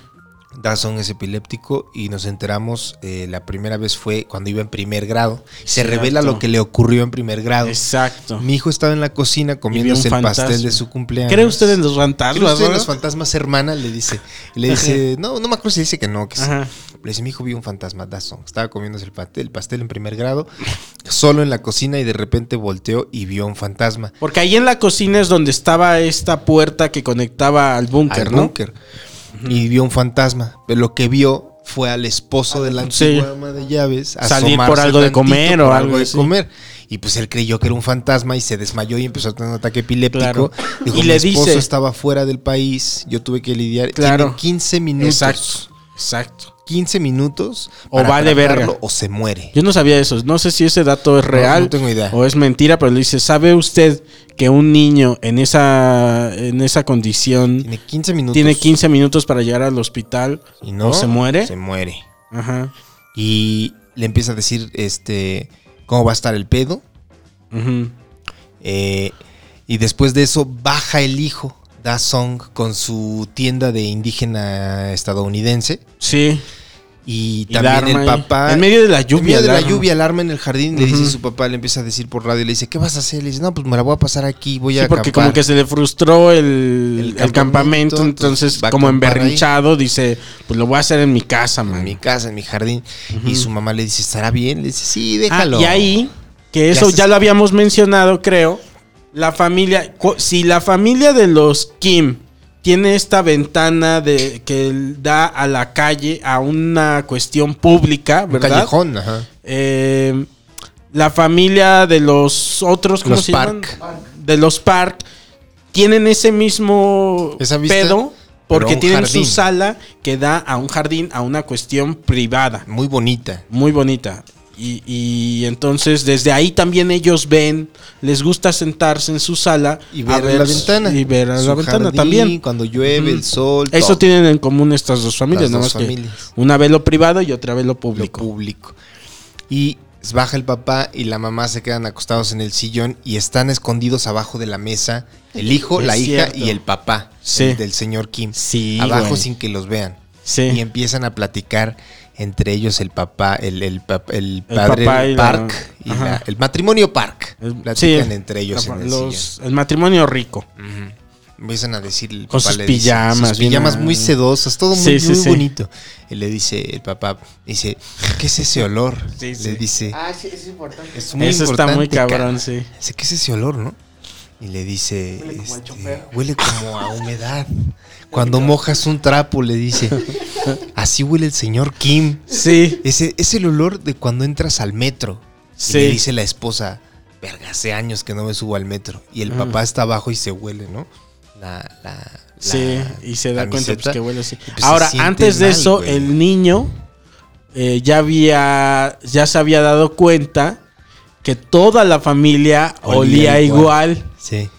Speaker 4: Dazón es epiléptico y nos enteramos, eh, la primera vez fue cuando iba en primer grado. Se
Speaker 3: Cierto.
Speaker 4: revela lo que le ocurrió en primer grado.
Speaker 3: Exacto.
Speaker 4: Mi hijo estaba en la cocina comiéndose el
Speaker 3: fantasma.
Speaker 4: pastel de su cumpleaños.
Speaker 3: ¿Cree usted en los
Speaker 4: ¿Cree
Speaker 3: fantasmas?
Speaker 4: usted en
Speaker 3: no?
Speaker 4: los fantasmas, hermana? Le dice. Y Le dice, no, no me acuerdo si dice que no, que sí.
Speaker 3: Ajá.
Speaker 4: Le dice, mi hijo vio un fantasma, Dazón. Estaba comiéndose el pastel, el pastel en primer grado, solo en la cocina y de repente volteó y vio un fantasma.
Speaker 3: Porque ahí en la cocina es donde estaba esta puerta que conectaba al búnker,
Speaker 4: al
Speaker 3: ¿no?
Speaker 4: búnker. Y vio un fantasma. Pero lo que vio fue al esposo de la
Speaker 3: Sí.
Speaker 4: antigua ama de llaves
Speaker 3: Salir por
Speaker 4: asomarse
Speaker 3: algo de
Speaker 4: tantito
Speaker 3: comer
Speaker 4: por
Speaker 3: o algo
Speaker 4: de
Speaker 3: así.
Speaker 4: comer. Y pues él creyó que era un fantasma y se desmayó y empezó a tener un ataque epiléptico.
Speaker 3: Claro.
Speaker 4: Dijo,
Speaker 3: Y
Speaker 4: mi
Speaker 3: le
Speaker 4: esposo
Speaker 3: dice-
Speaker 4: estaba fuera del país, yo tuve que lidiar.
Speaker 3: Claro.
Speaker 4: Tiene 15 minutos.
Speaker 3: Exacto. Exacto.
Speaker 4: 15 minutos
Speaker 3: O vale verga.
Speaker 4: tratarlo O se muere.
Speaker 3: Yo no sabía eso. No sé si ese dato es real
Speaker 4: no tengo idea.
Speaker 3: o es mentira, pero le dice, ¿sabe usted que un niño en esa, en esa condición
Speaker 4: Tiene 15 minutos.
Speaker 3: tiene 15 minutos para llegar al hospital
Speaker 4: Y no,
Speaker 3: o se muere?
Speaker 4: Se muere.
Speaker 3: Ajá.
Speaker 4: Y le empieza a decir este cómo va a estar el pedo.
Speaker 3: Ujú.
Speaker 4: Eh, y después de eso baja el hijo, Da Song, con su tienda de indígena estadounidense.
Speaker 3: Sí.
Speaker 4: Y
Speaker 3: Y la
Speaker 4: también
Speaker 3: arma
Speaker 4: el
Speaker 3: ahí.
Speaker 4: papá.
Speaker 3: En medio de la lluvia.
Speaker 4: en medio de la
Speaker 3: arma.
Speaker 4: lluvia, alarma en el jardín. Le
Speaker 3: Ujú.
Speaker 4: dice su papá, le empieza a decir por radio, le dice, ¿qué vas a hacer? Le dice, no, pues me la voy a pasar aquí, voy
Speaker 3: Sí,
Speaker 4: a
Speaker 3: porque
Speaker 4: acampar".
Speaker 3: como que se le frustró el,
Speaker 4: El
Speaker 3: el campamento,
Speaker 4: campamento,
Speaker 3: entonces
Speaker 4: entonces va a
Speaker 3: como
Speaker 4: acampar ahí.
Speaker 3: emberrinchado dice, pues lo voy a hacer en mi casa, man.
Speaker 4: En mi casa, en mi jardín. Y su mamá le dice, ¿estará bien? Le dice, sí, déjalo.
Speaker 3: Ah, y Ah, ahí, que
Speaker 4: Ya
Speaker 3: eso
Speaker 4: se-
Speaker 3: ya lo habíamos mencionado, creo, la familia, cu- si la familia de los Kim tiene esta ventana de que da a la calle a una cuestión pública,
Speaker 4: Un
Speaker 3: ¿verdad?
Speaker 4: callejón, ajá.
Speaker 3: Eh, la familia de los otros, ¿cómo
Speaker 4: Los
Speaker 3: se
Speaker 4: Park.
Speaker 3: llaman? De los Park tienen ese mismo
Speaker 4: Esa vista,
Speaker 3: pedo
Speaker 4: pero a
Speaker 3: porque
Speaker 4: un
Speaker 3: tienen
Speaker 4: jardín.
Speaker 3: su sala que da a un jardín, a una cuestión privada
Speaker 4: Muy bonita.
Speaker 3: muy bonita. Y, y entonces desde ahí también ellos ven, les gusta sentarse en su sala
Speaker 4: Y
Speaker 3: a
Speaker 4: ver, la ventana.
Speaker 3: Y ver a
Speaker 4: Su
Speaker 3: la ventana
Speaker 4: jardín,
Speaker 3: también.
Speaker 4: Cuando llueve, el sol.
Speaker 3: Eso
Speaker 4: todo.
Speaker 3: tienen en común estas dos familias,
Speaker 4: Las
Speaker 3: nada
Speaker 4: dos
Speaker 3: más que
Speaker 4: familias.
Speaker 3: una ve lo privado y otra ve lo
Speaker 4: lo
Speaker 3: público.
Speaker 4: público. Y baja el papá y la mamá se quedan acostados en el sillón y están escondidos abajo de la mesa el hijo,
Speaker 3: Es
Speaker 4: la hija
Speaker 3: cierto.
Speaker 4: y el papá
Speaker 3: Sí.
Speaker 4: el del señor Kim.
Speaker 3: Sí,
Speaker 4: abajo
Speaker 3: güey.
Speaker 4: sin que los vean.
Speaker 3: Sí.
Speaker 4: Y empiezan a platicar entre ellos el papá, el, el, pap- el padre
Speaker 3: papá y la-
Speaker 4: Park y
Speaker 3: ajá.
Speaker 4: la- el matrimonio Park.
Speaker 3: El-
Speaker 4: Platican
Speaker 3: sí,
Speaker 4: entre ellos
Speaker 3: la-
Speaker 4: en el
Speaker 3: los-
Speaker 4: sillón.
Speaker 3: el matrimonio rico.
Speaker 4: Empiezan a decir el
Speaker 3: Con
Speaker 4: papá
Speaker 3: sus
Speaker 4: le dice-
Speaker 3: pijamas,
Speaker 4: sus
Speaker 3: bien
Speaker 4: pijamas
Speaker 3: a-
Speaker 4: muy sedosas, todo
Speaker 3: Sí,
Speaker 4: muy,
Speaker 3: sí,
Speaker 4: muy
Speaker 3: sí.
Speaker 4: bonito. Y le dice el papá, dice, ¿qué es ese olor?
Speaker 3: Sí,
Speaker 4: le
Speaker 3: sí.
Speaker 4: dice,
Speaker 5: Ah, sí, es importante.
Speaker 4: es muy
Speaker 3: Eso está muy
Speaker 4: importante,
Speaker 3: cabrón,
Speaker 4: cara".
Speaker 3: sí.
Speaker 4: Dice, ¿qué es ese olor, no? Y le dice,
Speaker 5: Huele como a
Speaker 4: este,
Speaker 5: chofer.
Speaker 4: huele como a humedad. Cuando mojas un trapo, le dice, así huele el señor Kim.
Speaker 3: Sí,
Speaker 4: Ese, es el olor de cuando entras al metro.
Speaker 3: Sí.
Speaker 4: Y le dice la esposa, verga, hace años que no me subo al metro. Y
Speaker 3: Mm.
Speaker 4: el papá está abajo y se huele, ¿no? La, la, la
Speaker 3: sí. Y se da cuenta pues,
Speaker 4: camiseta.
Speaker 3: que huele así.
Speaker 4: pues, se
Speaker 3: Ahora,
Speaker 4: siente
Speaker 3: antes de
Speaker 4: mal,
Speaker 3: eso,
Speaker 4: güey.
Speaker 3: el niño eh, ya había, ya se había dado cuenta que toda la familia olía,
Speaker 4: Olía
Speaker 3: igual.
Speaker 4: igual. Sí.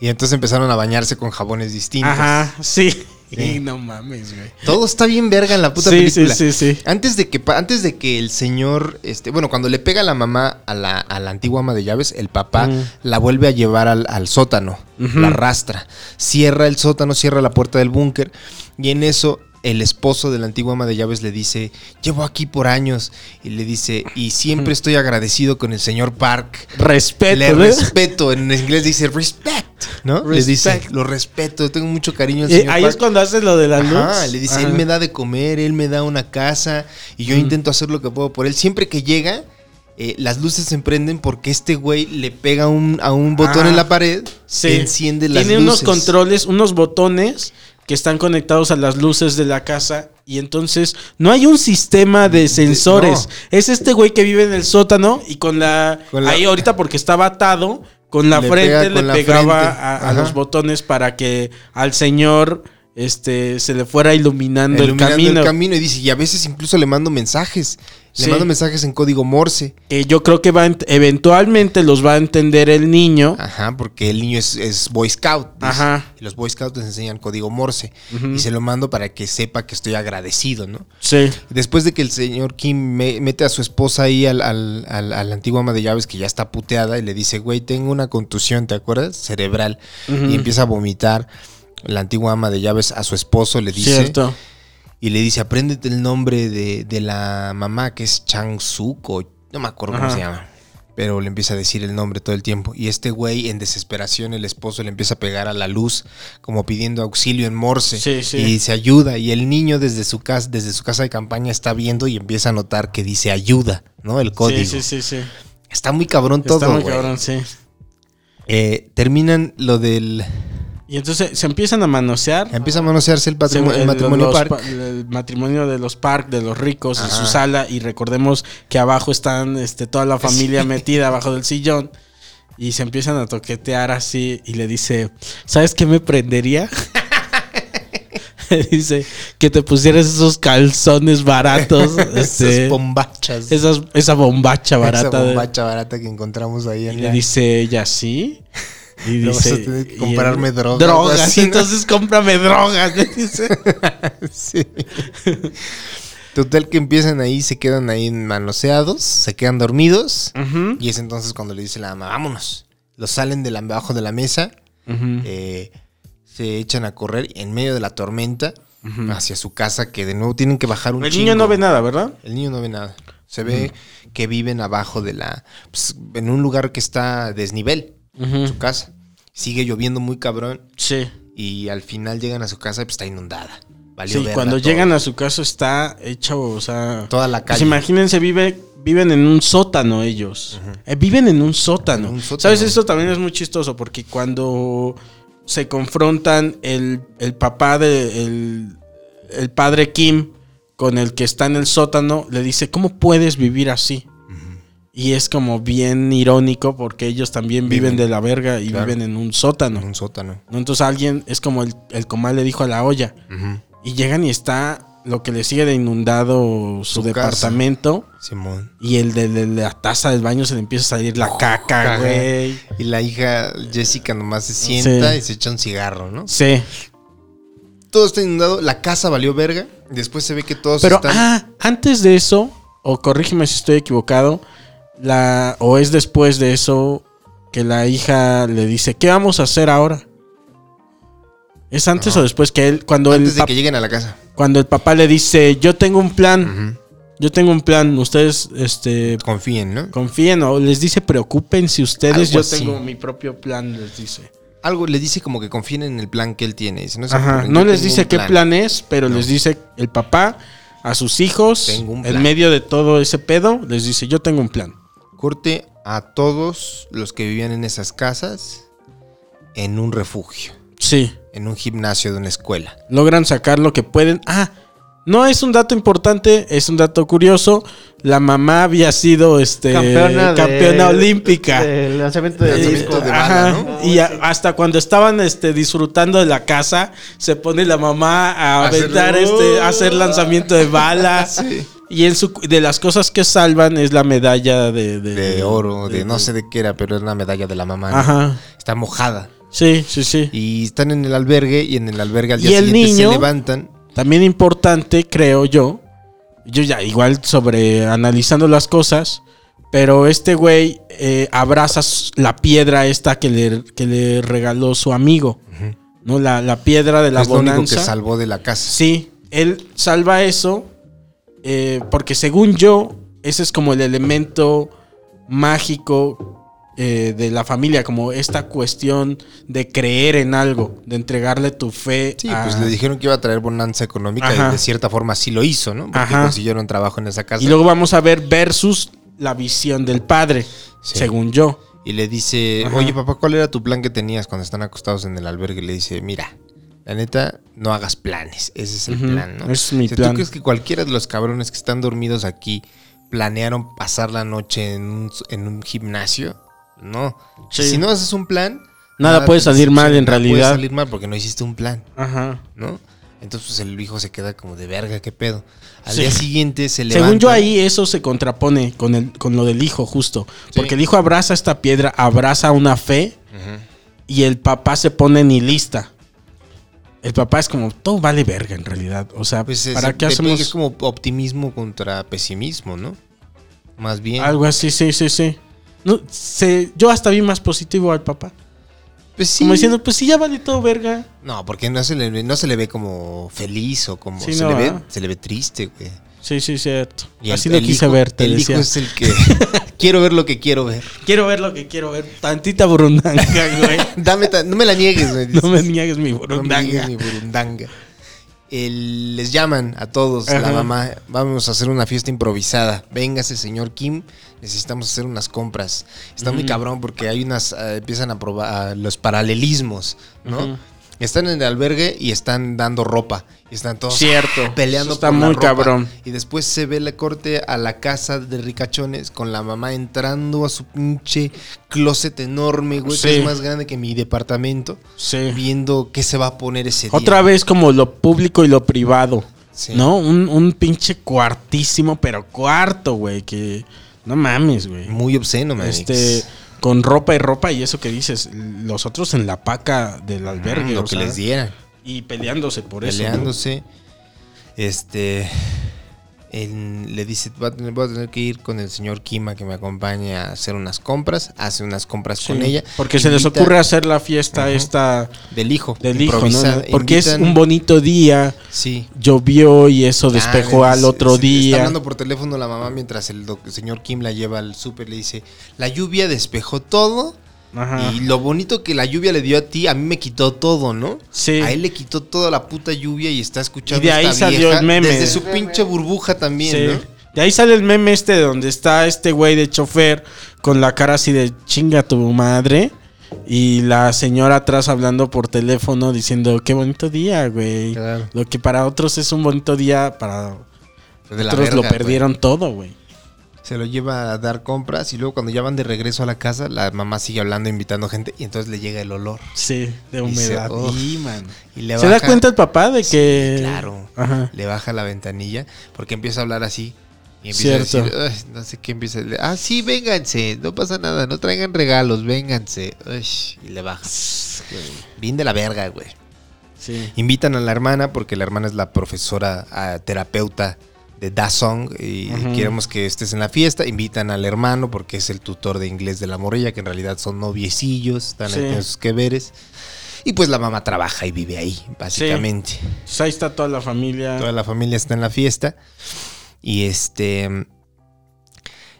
Speaker 4: Y entonces empezaron a bañarse con jabones distintos.
Speaker 3: Ajá, sí.
Speaker 4: Sí.
Speaker 3: Y no mames, güey.
Speaker 4: Todo está bien verga en la puta
Speaker 3: Sí, sí,
Speaker 4: película.
Speaker 3: sí, sí.
Speaker 4: Antes de que pa- antes de que el señor este, bueno, cuando le pega la mamá a la, a la antigua ama de llaves, el papá
Speaker 3: Mm.
Speaker 4: la vuelve a llevar al, al sótano,
Speaker 3: Ujú.
Speaker 4: la arrastra, cierra el sótano, cierra la puerta del búnker y en eso el esposo de la antigua ama de llaves le dice, "Llevo aquí por años" y le dice, "Y siempre estoy agradecido con el señor Park."
Speaker 3: Respeto, ¿eh?
Speaker 4: Le
Speaker 3: ¿ves?
Speaker 4: respeto, en inglés dice respect, ¿no? Le dice,
Speaker 3: Respect.
Speaker 4: lo respeto, tengo mucho cariño al
Speaker 3: Eh,
Speaker 4: señor
Speaker 3: ahí
Speaker 4: Park".
Speaker 3: es cuando haces lo de la luz.
Speaker 4: Ajá, le dice,
Speaker 3: Ajá. Mm.
Speaker 4: él me da de comer, él me da una casa y yo intento hacer lo que puedo por él. Siempre que llega, eh, las luces se emprenden porque este güey le pega un- a un botón
Speaker 3: Ah,
Speaker 4: en la pared,
Speaker 3: Sí.
Speaker 4: y enciende las
Speaker 3: Tiene unos
Speaker 4: luces.
Speaker 3: controles, unos botones que están conectados a las luces de la casa. Y entonces no hay un sistema de sensores. Es este güey que vive en el sótano y con la.
Speaker 4: Con la-
Speaker 3: ahí ahorita porque estaba atado. Con la
Speaker 4: Le
Speaker 3: frente
Speaker 4: pega
Speaker 3: le
Speaker 4: con la
Speaker 3: pegaba
Speaker 4: frente.
Speaker 3: A, a
Speaker 4: Ajá.
Speaker 3: los botones para que al señor este, se le fuera iluminando,
Speaker 4: Iluminando
Speaker 3: el camino.
Speaker 4: y dice, y a veces incluso le mando mensajes.
Speaker 3: Sí.
Speaker 4: Le mando mensajes en código Morse.
Speaker 3: Que yo creo que va a ent- eventualmente los va a entender el niño.
Speaker 4: Ajá, porque el niño es, es Boy Scout. dice.
Speaker 3: Ajá.
Speaker 4: Y los Boy Scouts les enseñan código Morse. Y se lo mando para que sepa que estoy agradecido, ¿no?
Speaker 3: Sí.
Speaker 4: Después de que el señor Kim me- mete a su esposa ahí al, al, al- a la antigua ama de llaves que ya está puteada y le dice, güey, tengo una contusión, ¿te acuerdas? Cerebral.
Speaker 3: Mm.
Speaker 4: Y empieza a vomitar la antigua ama de llaves a su esposo, le dice.
Speaker 3: Cierto.
Speaker 4: Y le dice, apréndete el nombre de, de la mamá que es Chang Suk o no me acuerdo cómo
Speaker 3: Ajá.
Speaker 4: se llama. Pero le empieza a decir el nombre todo el tiempo. Y este güey, en desesperación, el esposo le empieza a pegar a la luz, como pidiendo auxilio en Morse.
Speaker 3: Sí, sí.
Speaker 4: Y se ayuda. Y el niño desde su casa, desde su casa de campaña, está viendo y empieza a notar que dice ayuda, ¿no? El código.
Speaker 3: Sí, sí, sí, sí.
Speaker 4: Está muy cabrón todo.
Speaker 3: Está muy
Speaker 4: güey.
Speaker 3: cabrón, sí.
Speaker 4: Eh, terminan lo del.
Speaker 3: Y entonces se empiezan a manosear.
Speaker 4: Empieza a manosearse el,
Speaker 3: Se-
Speaker 4: patrimonio, el
Speaker 3: el-
Speaker 4: matrimonio
Speaker 3: los
Speaker 4: Park.
Speaker 3: pa- el matrimonio de los Park, de los ricos, en su
Speaker 4: Ajá.
Speaker 3: sala. Y recordemos que abajo están este, toda la familia metida abajo del sillón. Y se empiezan a toquetear así. Y le dice: ¿Sabes qué me prendería? Le dice que te pusieras esos calzones baratos. este,
Speaker 4: Esas bombachas.
Speaker 3: esas- esa bombacha barata.
Speaker 4: Esa
Speaker 3: de-
Speaker 4: bombacha barata que encontramos ahí
Speaker 3: Y
Speaker 4: en
Speaker 3: le
Speaker 4: la-
Speaker 3: dice ella, sí. Y
Speaker 4: Luego vas a
Speaker 3: dice,
Speaker 4: tener que
Speaker 3: y
Speaker 4: comprarme
Speaker 3: él,
Speaker 4: droga,
Speaker 3: Drogas,
Speaker 4: algo así, ¿no?
Speaker 3: entonces cómprame drogas, le dice.
Speaker 4: Sí. Total que empiezan ahí, se quedan ahí manoseados, se quedan dormidos.
Speaker 3: Ujú.
Speaker 4: Y es entonces cuando le dice la mamá, vámonos. Los salen de la- abajo de la mesa,
Speaker 3: Ujú.
Speaker 4: eh, se echan a correr en medio de la tormenta hacia su casa, que de nuevo tienen que bajar un
Speaker 3: El
Speaker 4: chingo.
Speaker 3: niño no ve nada, ¿verdad?
Speaker 4: El niño no ve nada. Se ve que viven abajo de la... pues, en un lugar que está a desnivel, su casa. Sigue lloviendo muy cabrón.
Speaker 3: Sí.
Speaker 4: y al final llegan a su casa y pues está inundada. Valió
Speaker 3: Sí,
Speaker 4: verga
Speaker 3: cuando
Speaker 4: todo.
Speaker 3: llegan a su casa está hecho, o sea...
Speaker 4: Toda la
Speaker 3: Pues
Speaker 4: calle.
Speaker 3: imagínense, vive, viven en un sótano ellos. Eh, viven en un sótano.
Speaker 4: En un sótano.
Speaker 3: ¿Sabes? Esto también es muy chistoso porque cuando se confrontan el, el papá de el, el padre Kim con el que está en el sótano, le dice, ¿cómo puedes vivir así? Y es como bien irónico porque ellos también viven,
Speaker 4: Viven.
Speaker 3: de la verga y
Speaker 4: Claro.
Speaker 3: viven en un sótano.
Speaker 4: En un sótano.
Speaker 3: ¿no? Entonces alguien es como el, el comal le dijo a la olla.
Speaker 4: Ujú.
Speaker 3: Y llegan y está lo que le sigue de inundado su,
Speaker 4: Su
Speaker 3: departamento.
Speaker 4: Simón.
Speaker 3: Y el de, de la taza del baño se le empieza a salir la caca,
Speaker 4: Oh, caga.
Speaker 3: güey.
Speaker 4: Y la hija Jessica nomás se sienta
Speaker 3: Sí.
Speaker 4: y se echa un cigarro, ¿no?
Speaker 3: Sí.
Speaker 4: Todo está inundado, la casa valió verga. Después se ve que todos
Speaker 3: Pero
Speaker 4: están.
Speaker 3: ah, antes de eso, o corrígeme si estoy equivocado, la, o es después de eso que la hija le dice, ¿qué vamos a hacer ahora? ¿Es antes o después que él, cuando,
Speaker 4: antes
Speaker 3: el
Speaker 4: de
Speaker 3: pap-
Speaker 4: que lleguen a la casa.
Speaker 3: cuando el papá le dice, yo tengo un plan,
Speaker 4: Ujú.
Speaker 3: yo tengo un plan, ustedes este,
Speaker 4: Confíen, ¿no?
Speaker 3: confíen o les dice, preocúpense ustedes,
Speaker 4: Algo
Speaker 3: yo
Speaker 4: así.
Speaker 3: tengo mi propio plan, les dice.
Speaker 4: Algo le dice como que confíen en el plan que él tiene. Dice, no, se
Speaker 3: Ajá,
Speaker 4: preocupen,
Speaker 3: no
Speaker 4: yo
Speaker 3: les
Speaker 4: tengo
Speaker 3: dice
Speaker 4: un
Speaker 3: qué plan es, pero les dice el papá a sus hijos,
Speaker 4: Tengo un
Speaker 3: en
Speaker 4: plan.
Speaker 3: medio de todo ese pedo, les dice, yo tengo un plan.
Speaker 4: Corte a todos los que vivían en esas casas en un refugio,
Speaker 3: Sí,
Speaker 4: en un gimnasio de una escuela.
Speaker 3: logran sacar lo que pueden. Ah, no es un dato importante, es un dato curioso. La mamá había sido este, campeona,
Speaker 5: de-
Speaker 3: olímpica.
Speaker 5: del lanzamiento de
Speaker 4: Lanzamiento
Speaker 5: disco. Ah,
Speaker 4: de
Speaker 3: Ajá,
Speaker 4: bala, ¿no?
Speaker 3: Y a- hasta cuando estaban este, disfrutando de la casa, se pone la mamá a
Speaker 4: Hacer-
Speaker 3: aventar este, a
Speaker 4: ¡Uh!
Speaker 3: hacer lanzamiento de balas. Y en su, de las cosas que salvan es la medalla de, de-
Speaker 4: De oro, de no sé de qué era, pero era una medalla de la mamá. ¿no?
Speaker 3: Ajá.
Speaker 4: Está mojada.
Speaker 3: Sí, sí, sí.
Speaker 4: Y están en el albergue y en el albergue al día
Speaker 3: Y el
Speaker 4: siguiente
Speaker 3: niño-
Speaker 4: se levantan.
Speaker 3: También importante, creo yo. Yo ya igual sobre analizando las cosas. Pero este güey eh, abraza s- la piedra esta que le, que le regaló su amigo. ¿No? La, la piedra de la
Speaker 4: es lo único que
Speaker 3: bonanza.
Speaker 4: salvó de la casa.
Speaker 3: Sí, él salva eso. eh, porque según yo, ese es como el elemento mágico eh, de la familia. Como esta cuestión de creer en algo, de entregarle tu fe.
Speaker 4: Sí,
Speaker 3: a-
Speaker 4: pues le dijeron que iba a traer bonanza económica
Speaker 3: Ah. Ajá.
Speaker 4: y de cierta forma sí lo hizo, ¿no? Porque
Speaker 3: Ajá.
Speaker 4: consiguieron trabajo en esa casa.
Speaker 3: Y luego vamos a ver versus la visión del padre,
Speaker 4: Sí.
Speaker 3: según yo.
Speaker 4: Y le dice,
Speaker 3: Ajá.
Speaker 4: oye papá, ¿cuál era tu plan que tenías cuando están acostados en el albergue? Y le dice, mira, la neta, no hagas planes. Ese es el
Speaker 3: Ujú,
Speaker 4: plan, ¿no?
Speaker 3: ese es mi
Speaker 4: O sea,
Speaker 3: plan.
Speaker 4: ¿Tú crees que cualquiera de los cabrones que están dormidos aquí planearon pasar la noche en un, en un gimnasio? No.
Speaker 3: Sí.
Speaker 4: Si no haces un plan...
Speaker 3: Nada puede
Speaker 4: te
Speaker 3: salir mal,
Speaker 4: decepciona,
Speaker 3: en
Speaker 4: nada
Speaker 3: realidad.
Speaker 4: puede salir mal porque no hiciste un plan,
Speaker 3: Ajá.
Speaker 4: ¿no? Entonces pues, el hijo se queda como de verga, qué pedo. Al
Speaker 3: Sí.
Speaker 4: día siguiente se levanta...
Speaker 3: Según yo ahí eso se contrapone con, el, con lo del hijo, justo. Porque el hijo abraza esta piedra, abraza una fe y el papá se pone nihilista. El papá es como, todo vale verga en realidad. O sea,
Speaker 4: Pues es,
Speaker 3: ¿para qué hacemos
Speaker 4: es como optimismo contra pesimismo, ¿no? Más bien.
Speaker 3: algo así? Sí, sí, sí. No, se- yo hasta vi más positivo al papá.
Speaker 4: Pues sí.
Speaker 3: Como diciendo, pues sí, ya vale todo verga.
Speaker 4: No, porque no se le, ve- no se le ve como feliz o como
Speaker 3: Sí,
Speaker 4: se,
Speaker 3: no,
Speaker 4: le ve,
Speaker 3: ¿verdad?
Speaker 4: se le ve triste, güey.
Speaker 3: Sí, sí, cierto.
Speaker 4: Y el-
Speaker 3: así lo
Speaker 4: el
Speaker 3: quise
Speaker 4: hijo-
Speaker 3: ver, te
Speaker 4: El
Speaker 3: decía.
Speaker 4: hijo es el que quiero ver lo que quiero ver.
Speaker 3: Quiero ver lo que quiero ver. Tantita burundanga, güey.
Speaker 4: Dame, ta- no me la niegues, güey.
Speaker 3: No me
Speaker 4: dices.
Speaker 3: niegues mi
Speaker 4: No me niegues
Speaker 3: burundanga.
Speaker 4: mi burundanga. El- les llaman a todos,
Speaker 3: Ajá.
Speaker 4: la mamá, vamos a hacer una fiesta improvisada. Véngase, señor Kim, necesitamos hacer unas compras. Está
Speaker 3: Mm.
Speaker 4: muy cabrón porque hay unas, eh, empiezan a probar ah, los paralelismos, ¿no? Están en el albergue y están dando ropa. Y están todos
Speaker 3: Cierto.
Speaker 4: peleando
Speaker 3: Eso está
Speaker 4: por la
Speaker 3: muy
Speaker 4: ropa.
Speaker 3: cabrón.
Speaker 4: Y después se ve la corte a la casa de ricachones con la mamá entrando a su pinche closet enorme, güey,
Speaker 3: Sí.
Speaker 4: que es más grande que mi departamento
Speaker 3: Sí.
Speaker 4: viendo qué se va a poner ese día.
Speaker 3: Otra vez como lo público y lo privado.
Speaker 4: Sí.
Speaker 3: ¿No? Un, un pinche cuartísimo, pero cuarto, güey. Que no mames, güey.
Speaker 4: Muy obsceno, man.
Speaker 3: Este, con ropa y ropa y eso que dices. Los otros en la paca del albergue.
Speaker 4: Ah, lo
Speaker 3: o
Speaker 4: que
Speaker 3: sea,
Speaker 4: les dieran.
Speaker 3: Y peleándose por eso. ¿no?
Speaker 4: Peleándose. Este. él le dice: va a tener- Voy a tener que ir con el señor Kima que me acompañe a hacer unas compras. Hace unas compras
Speaker 3: Sí,
Speaker 4: con ella.
Speaker 3: Porque se les
Speaker 4: Invita
Speaker 3: ocurre hacer la fiesta
Speaker 4: Ajá.
Speaker 3: esta
Speaker 4: Del hijo.
Speaker 3: del hijo, ¿no?
Speaker 4: improvisada.
Speaker 3: Porque es
Speaker 4: Invitan-
Speaker 3: un bonito día.
Speaker 4: Sí.
Speaker 3: llovió y eso despejó
Speaker 4: Ah,
Speaker 3: al
Speaker 4: es-
Speaker 3: otro
Speaker 4: es- Está
Speaker 3: día.
Speaker 4: hablando por teléfono la mamá mientras el, doc- señor Kim la lleva al súper. Le dice: La lluvia despejó todo.
Speaker 3: Ajá.
Speaker 4: Y lo bonito que la lluvia le dio a ti, a mí me quitó todo, ¿no?
Speaker 3: Sí.
Speaker 4: A él le quitó toda la puta lluvia y está escuchando
Speaker 3: Y de ahí
Speaker 4: esta
Speaker 3: salió
Speaker 4: vieja
Speaker 3: el meme.
Speaker 4: Desde su pinche burbuja también,
Speaker 3: Sí.
Speaker 4: ¿no?
Speaker 3: De ahí sale el meme este de donde está este güey de chofer con la cara así de chinga tu madre. Y la señora atrás hablando por teléfono diciendo, qué bonito día, güey.
Speaker 4: Claro.
Speaker 3: Lo que para otros es un bonito día, para
Speaker 4: De la
Speaker 3: otros lo
Speaker 4: verga, güey.
Speaker 3: perdieron todo, güey.
Speaker 4: Se lo lleva a dar compras y luego cuando ya van de regreso a la casa, la mamá sigue hablando, invitando gente y entonces le llega el olor.
Speaker 3: Sí, de
Speaker 4: Y se-
Speaker 3: humedad.
Speaker 4: uf.
Speaker 3: Y, man.
Speaker 4: Y le
Speaker 3: ¿Se da
Speaker 4: baja-
Speaker 3: cuenta el papá de que...
Speaker 4: Sí, claro.
Speaker 3: Ajá.
Speaker 4: Le baja la ventanilla porque empieza a hablar así. Y empieza
Speaker 3: Cierto.
Speaker 4: a decir, "Ay, no sé qué empieza. a decir, Ah, sí, vénganse, no pasa nada, no traigan regalos, vénganse. Ay, y le baja. Bien de la verga, güey.
Speaker 3: Sí.
Speaker 4: Invitan a la hermana porque la hermana es la profesora ah, terapeuta de Dasong y
Speaker 3: Ujú.
Speaker 4: queremos que estés en la fiesta. Invitan al hermano porque es el tutor de inglés de la morella, que en realidad son noviecillos, están
Speaker 3: Sí.
Speaker 4: en sus que veres. Y pues la mamá trabaja y vive ahí, básicamente.
Speaker 3: Pues ahí está toda la familia.
Speaker 4: Toda la familia está en la fiesta y este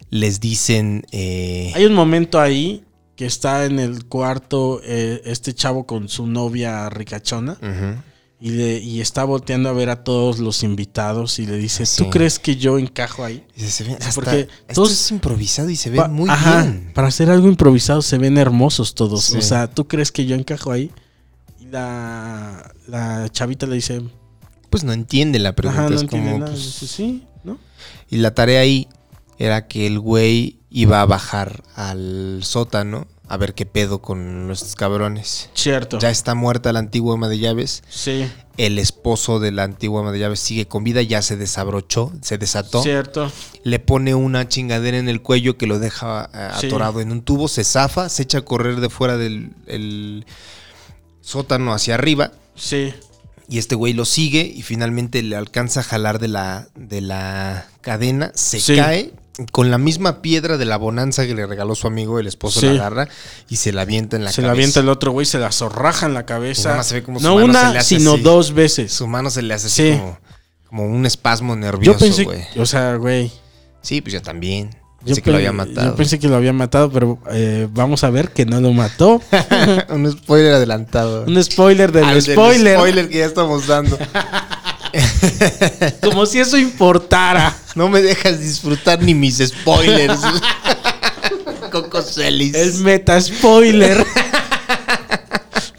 Speaker 4: les dicen... eh,
Speaker 3: Hay un momento ahí que está en el cuarto eh, este chavo con su novia ricachona
Speaker 4: ujú.
Speaker 3: y, le- y está volteando a ver a todos los invitados y le dice,
Speaker 4: Sí.
Speaker 3: ¿tú crees que yo encajo ahí?
Speaker 4: Y se ven
Speaker 3: Sí,
Speaker 4: hasta-
Speaker 3: porque
Speaker 4: esto
Speaker 3: todos-
Speaker 4: es improvisado y se ve
Speaker 3: Pa-
Speaker 4: muy
Speaker 3: Ajá,
Speaker 4: bien.
Speaker 3: Para hacer algo improvisado se ven hermosos todos.
Speaker 4: Sí.
Speaker 3: O sea, ¿tú crees que yo encajo ahí? Y la, la chavita le dice,
Speaker 4: Pues no entiende la pregunta.
Speaker 3: ajá, no
Speaker 4: es
Speaker 3: entiende
Speaker 4: como,
Speaker 3: nada.
Speaker 4: pues,
Speaker 3: Dice, sí, ¿no?
Speaker 4: Y la tarea ahí era que el güey iba a bajar al sótano a ver qué pedo con los cabrones.
Speaker 3: Cierto.
Speaker 4: Ya está muerta la antigua ama de llaves.
Speaker 3: Sí,
Speaker 4: El esposo de la antigua ama de llaves sigue con vida, ya se desabrochó, se desató.
Speaker 3: cierto.
Speaker 4: Le pone una chingadera en el cuello que lo deja eh,
Speaker 3: Sí.
Speaker 4: atorado en un tubo, se zafa, se echa a correr de fuera del el sótano hacia arriba.
Speaker 3: Sí,
Speaker 4: Y este güey lo sigue y finalmente le alcanza a jalar de la, de la cadena, se
Speaker 3: Sí.
Speaker 4: cae. Con la misma piedra de la bonanza que le regaló su amigo, el esposo
Speaker 3: Sí.
Speaker 4: la agarra y se la avienta en la
Speaker 3: se
Speaker 4: cabeza.
Speaker 3: la avienta el otro güey, se la zorraja en la
Speaker 4: Y nada
Speaker 3: cabeza.
Speaker 4: más se ve como su
Speaker 3: no
Speaker 4: mano
Speaker 3: una,
Speaker 4: se le hace
Speaker 3: sino
Speaker 4: así.
Speaker 3: dos veces.
Speaker 4: Su mano se le hace así
Speaker 3: Sí.
Speaker 4: como, como un espasmo nervioso,
Speaker 3: Yo pensé,
Speaker 4: güey.
Speaker 3: o sea, güey.
Speaker 4: Sí, pues yo también.
Speaker 3: Yo,
Speaker 4: Pensé que lo
Speaker 3: pe-
Speaker 4: había matado.
Speaker 3: yo pensé que lo había matado, pero eh, vamos a ver que no lo mató.
Speaker 4: un spoiler adelantado.
Speaker 3: Un spoiler del
Speaker 4: Al del
Speaker 3: spoiler.
Speaker 4: spoiler que ya estamos dando.
Speaker 3: Como si eso importara.
Speaker 4: No me dejas disfrutar ni mis spoilers. Coco Celis.
Speaker 3: El meta spoiler.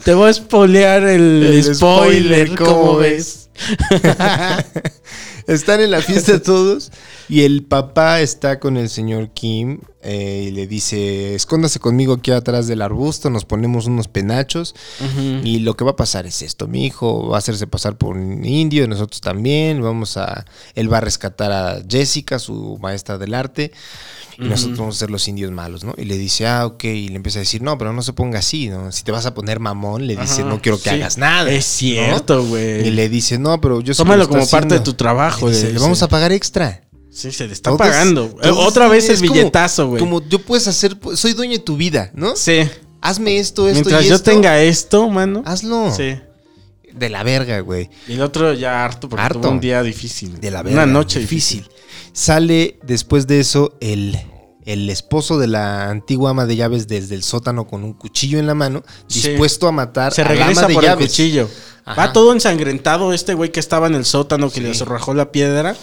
Speaker 3: Te voy a spoilear el,
Speaker 4: El
Speaker 3: spoiler,
Speaker 4: spoiler, ¿cómo
Speaker 3: ¿cómo ves?
Speaker 4: Están en la fiesta todos y el papá está con el señor Kim eh, y le dice, escóndase conmigo aquí atrás del arbusto, nos ponemos unos penachos y lo que va a pasar es esto, mi hijo va a hacerse pasar por un indio, nosotros también, vamos a, él va a rescatar a Jessica, su maestra del arte, y nosotros vamos a ser los indios malos, ¿no? Y le dice, ah, ok, y le empieza a decir, no, pero no se ponga así, ¿no? Si te vas a poner mamón, le dice,
Speaker 3: Ajá,
Speaker 4: no quiero que
Speaker 3: sí.
Speaker 4: hagas nada.
Speaker 3: Es cierto, güey.
Speaker 4: Y le dice, no, pero yo sé que
Speaker 3: Tómalo
Speaker 4: lo está
Speaker 3: como parte de
Speaker 4: haciendo".
Speaker 3: tu trabajo,
Speaker 4: Le, dice,
Speaker 3: le
Speaker 4: "Le vamos
Speaker 3: dice.
Speaker 4: a pagar extra.
Speaker 3: Sí, se le está
Speaker 4: Todos-
Speaker 3: pagando. Eh,
Speaker 4: todos-
Speaker 3: Otra vez el
Speaker 4: es como-
Speaker 3: billetazo, güey.
Speaker 4: Como yo puedes hacer, pues, soy dueño de tu vida, ¿no?
Speaker 3: Sí.
Speaker 4: Hazme esto, esto
Speaker 3: Mientras
Speaker 4: y
Speaker 3: yo
Speaker 4: esto, Ah,
Speaker 3: tenga esto, mano.
Speaker 4: Hazlo.
Speaker 3: Sí.
Speaker 4: De la verga, güey.
Speaker 3: Y el otro ya harto porque
Speaker 4: Harto.
Speaker 3: tuvo un día difícil.
Speaker 4: De la verga.
Speaker 3: Una noche difícil.
Speaker 4: Sale después de eso el, el esposo de la antigua ama de llaves desde el sótano con un cuchillo en la mano,
Speaker 3: Sí.
Speaker 4: dispuesto a matar
Speaker 3: Se
Speaker 4: a la
Speaker 3: regresa
Speaker 4: ama de
Speaker 3: por
Speaker 4: llaves.
Speaker 3: el cuchillo.
Speaker 4: Ajá.
Speaker 3: Va todo ensangrentado este güey que estaba en el sótano, que
Speaker 4: Sí.
Speaker 3: le zorrajó la piedra.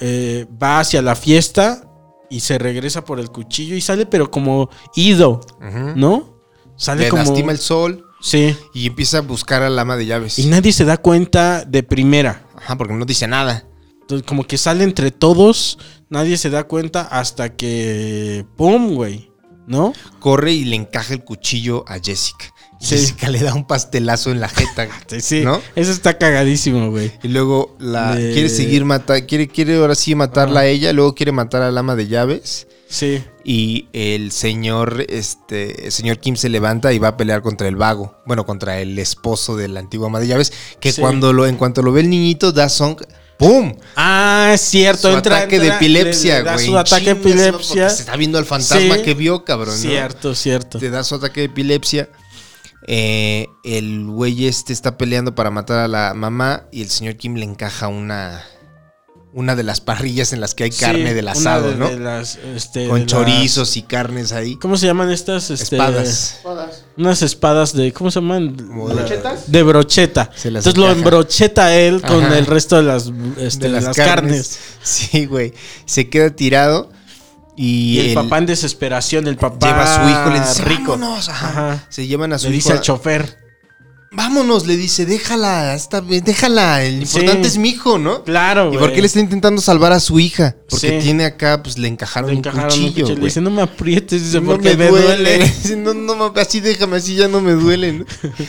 Speaker 3: Eh, va hacia la fiesta y se regresa por el cuchillo y sale, pero como ido,
Speaker 4: Ujú.
Speaker 3: ¿no? Sale
Speaker 4: Le
Speaker 3: como.
Speaker 4: lastima el sol
Speaker 3: Sí.
Speaker 4: y empieza a buscar a la ama de llaves.
Speaker 3: Y nadie se da cuenta de primera.
Speaker 4: Ajá, porque no dice nada.
Speaker 3: Entonces, como que sale entre todos, nadie se da cuenta hasta que. ¡Pum, güey! ¿No?
Speaker 4: corre y le encaja el cuchillo a Jessica.
Speaker 3: Sí.
Speaker 4: Jessica le da un pastelazo en la jeta,
Speaker 3: Sí, sí.
Speaker 4: ¿no?
Speaker 3: Eso está cagadísimo, güey.
Speaker 4: Y luego la
Speaker 3: Le- Ah.
Speaker 4: quiere seguir matar, quiere, quiere ahora sí matarla
Speaker 3: Ajá.
Speaker 4: a ella, luego quiere matar al ama de llaves.
Speaker 3: Sí.
Speaker 4: Y el señor, este, el señor Kim se levanta y va a pelear contra el vago. Bueno, contra el esposo de la antigua ama de llaves. Que
Speaker 3: Sí.
Speaker 4: cuando lo, en cuanto lo ve el niñito, da song. ¡Pum!
Speaker 3: Ah, es cierto.
Speaker 4: Su
Speaker 3: entra-
Speaker 4: ataque
Speaker 3: entra-
Speaker 4: de epilepsia,
Speaker 3: le- le da
Speaker 4: güey.
Speaker 3: Su ataque de
Speaker 4: Chinga, se va
Speaker 3: epilepsia.
Speaker 4: porque Se está viendo al fantasma
Speaker 3: Sí.
Speaker 4: que vio, cabrón. ¿no?
Speaker 3: Cierto, cierto.
Speaker 4: te da su ataque de epilepsia. eh, el güey este está peleando para matar a la mamá y el señor Kim le encaja una, una de las parrillas en las que hay
Speaker 3: Sí,
Speaker 4: carne del
Speaker 3: una
Speaker 4: asado,
Speaker 3: de-
Speaker 4: ¿no?
Speaker 3: de las, este, de
Speaker 4: Con
Speaker 3: las-
Speaker 4: chorizos y carnes ahí.
Speaker 3: ¿Cómo se llaman estas? este,
Speaker 4: Espadas.
Speaker 5: Espadas.
Speaker 3: Unas espadas de. ¿Cómo se llaman?
Speaker 4: Como de-
Speaker 5: ¿Brochetas?
Speaker 3: De brocheta.
Speaker 4: Se las
Speaker 3: Entonces lo
Speaker 4: encaja.
Speaker 3: embrocheta él con
Speaker 4: Ajá.
Speaker 3: el resto de las, este,
Speaker 4: de
Speaker 3: las, carnes.
Speaker 4: Sí, güey. Se queda tirado y,
Speaker 3: Y el,
Speaker 4: el-
Speaker 3: papá en desesperación, el papá.
Speaker 4: lleva a su hijo, le dice,
Speaker 3: rico.
Speaker 4: "Vámonos", ajá.
Speaker 3: Ajá.
Speaker 4: Se llevan a su
Speaker 3: Le
Speaker 4: hijo.
Speaker 3: dice al
Speaker 4: a-
Speaker 3: chofer.
Speaker 4: Vámonos, le dice, déjala, esta, vez, déjala, el
Speaker 3: Sí.
Speaker 4: importante es mi hijo, ¿no?
Speaker 3: Claro,
Speaker 4: ¿Y
Speaker 3: güey.
Speaker 4: por qué le está intentando salvar a su hija? Porque
Speaker 3: Sí.
Speaker 4: tiene acá, pues le encajaron,
Speaker 3: Le encajaron un
Speaker 4: un cuchillo,
Speaker 3: cuchillo, Le
Speaker 4: güey.
Speaker 3: dice, no me aprietes, dice,
Speaker 4: No
Speaker 3: porque me duele.
Speaker 4: Dice, No, no, mames, así déjame, así ya no me duele, ¿no?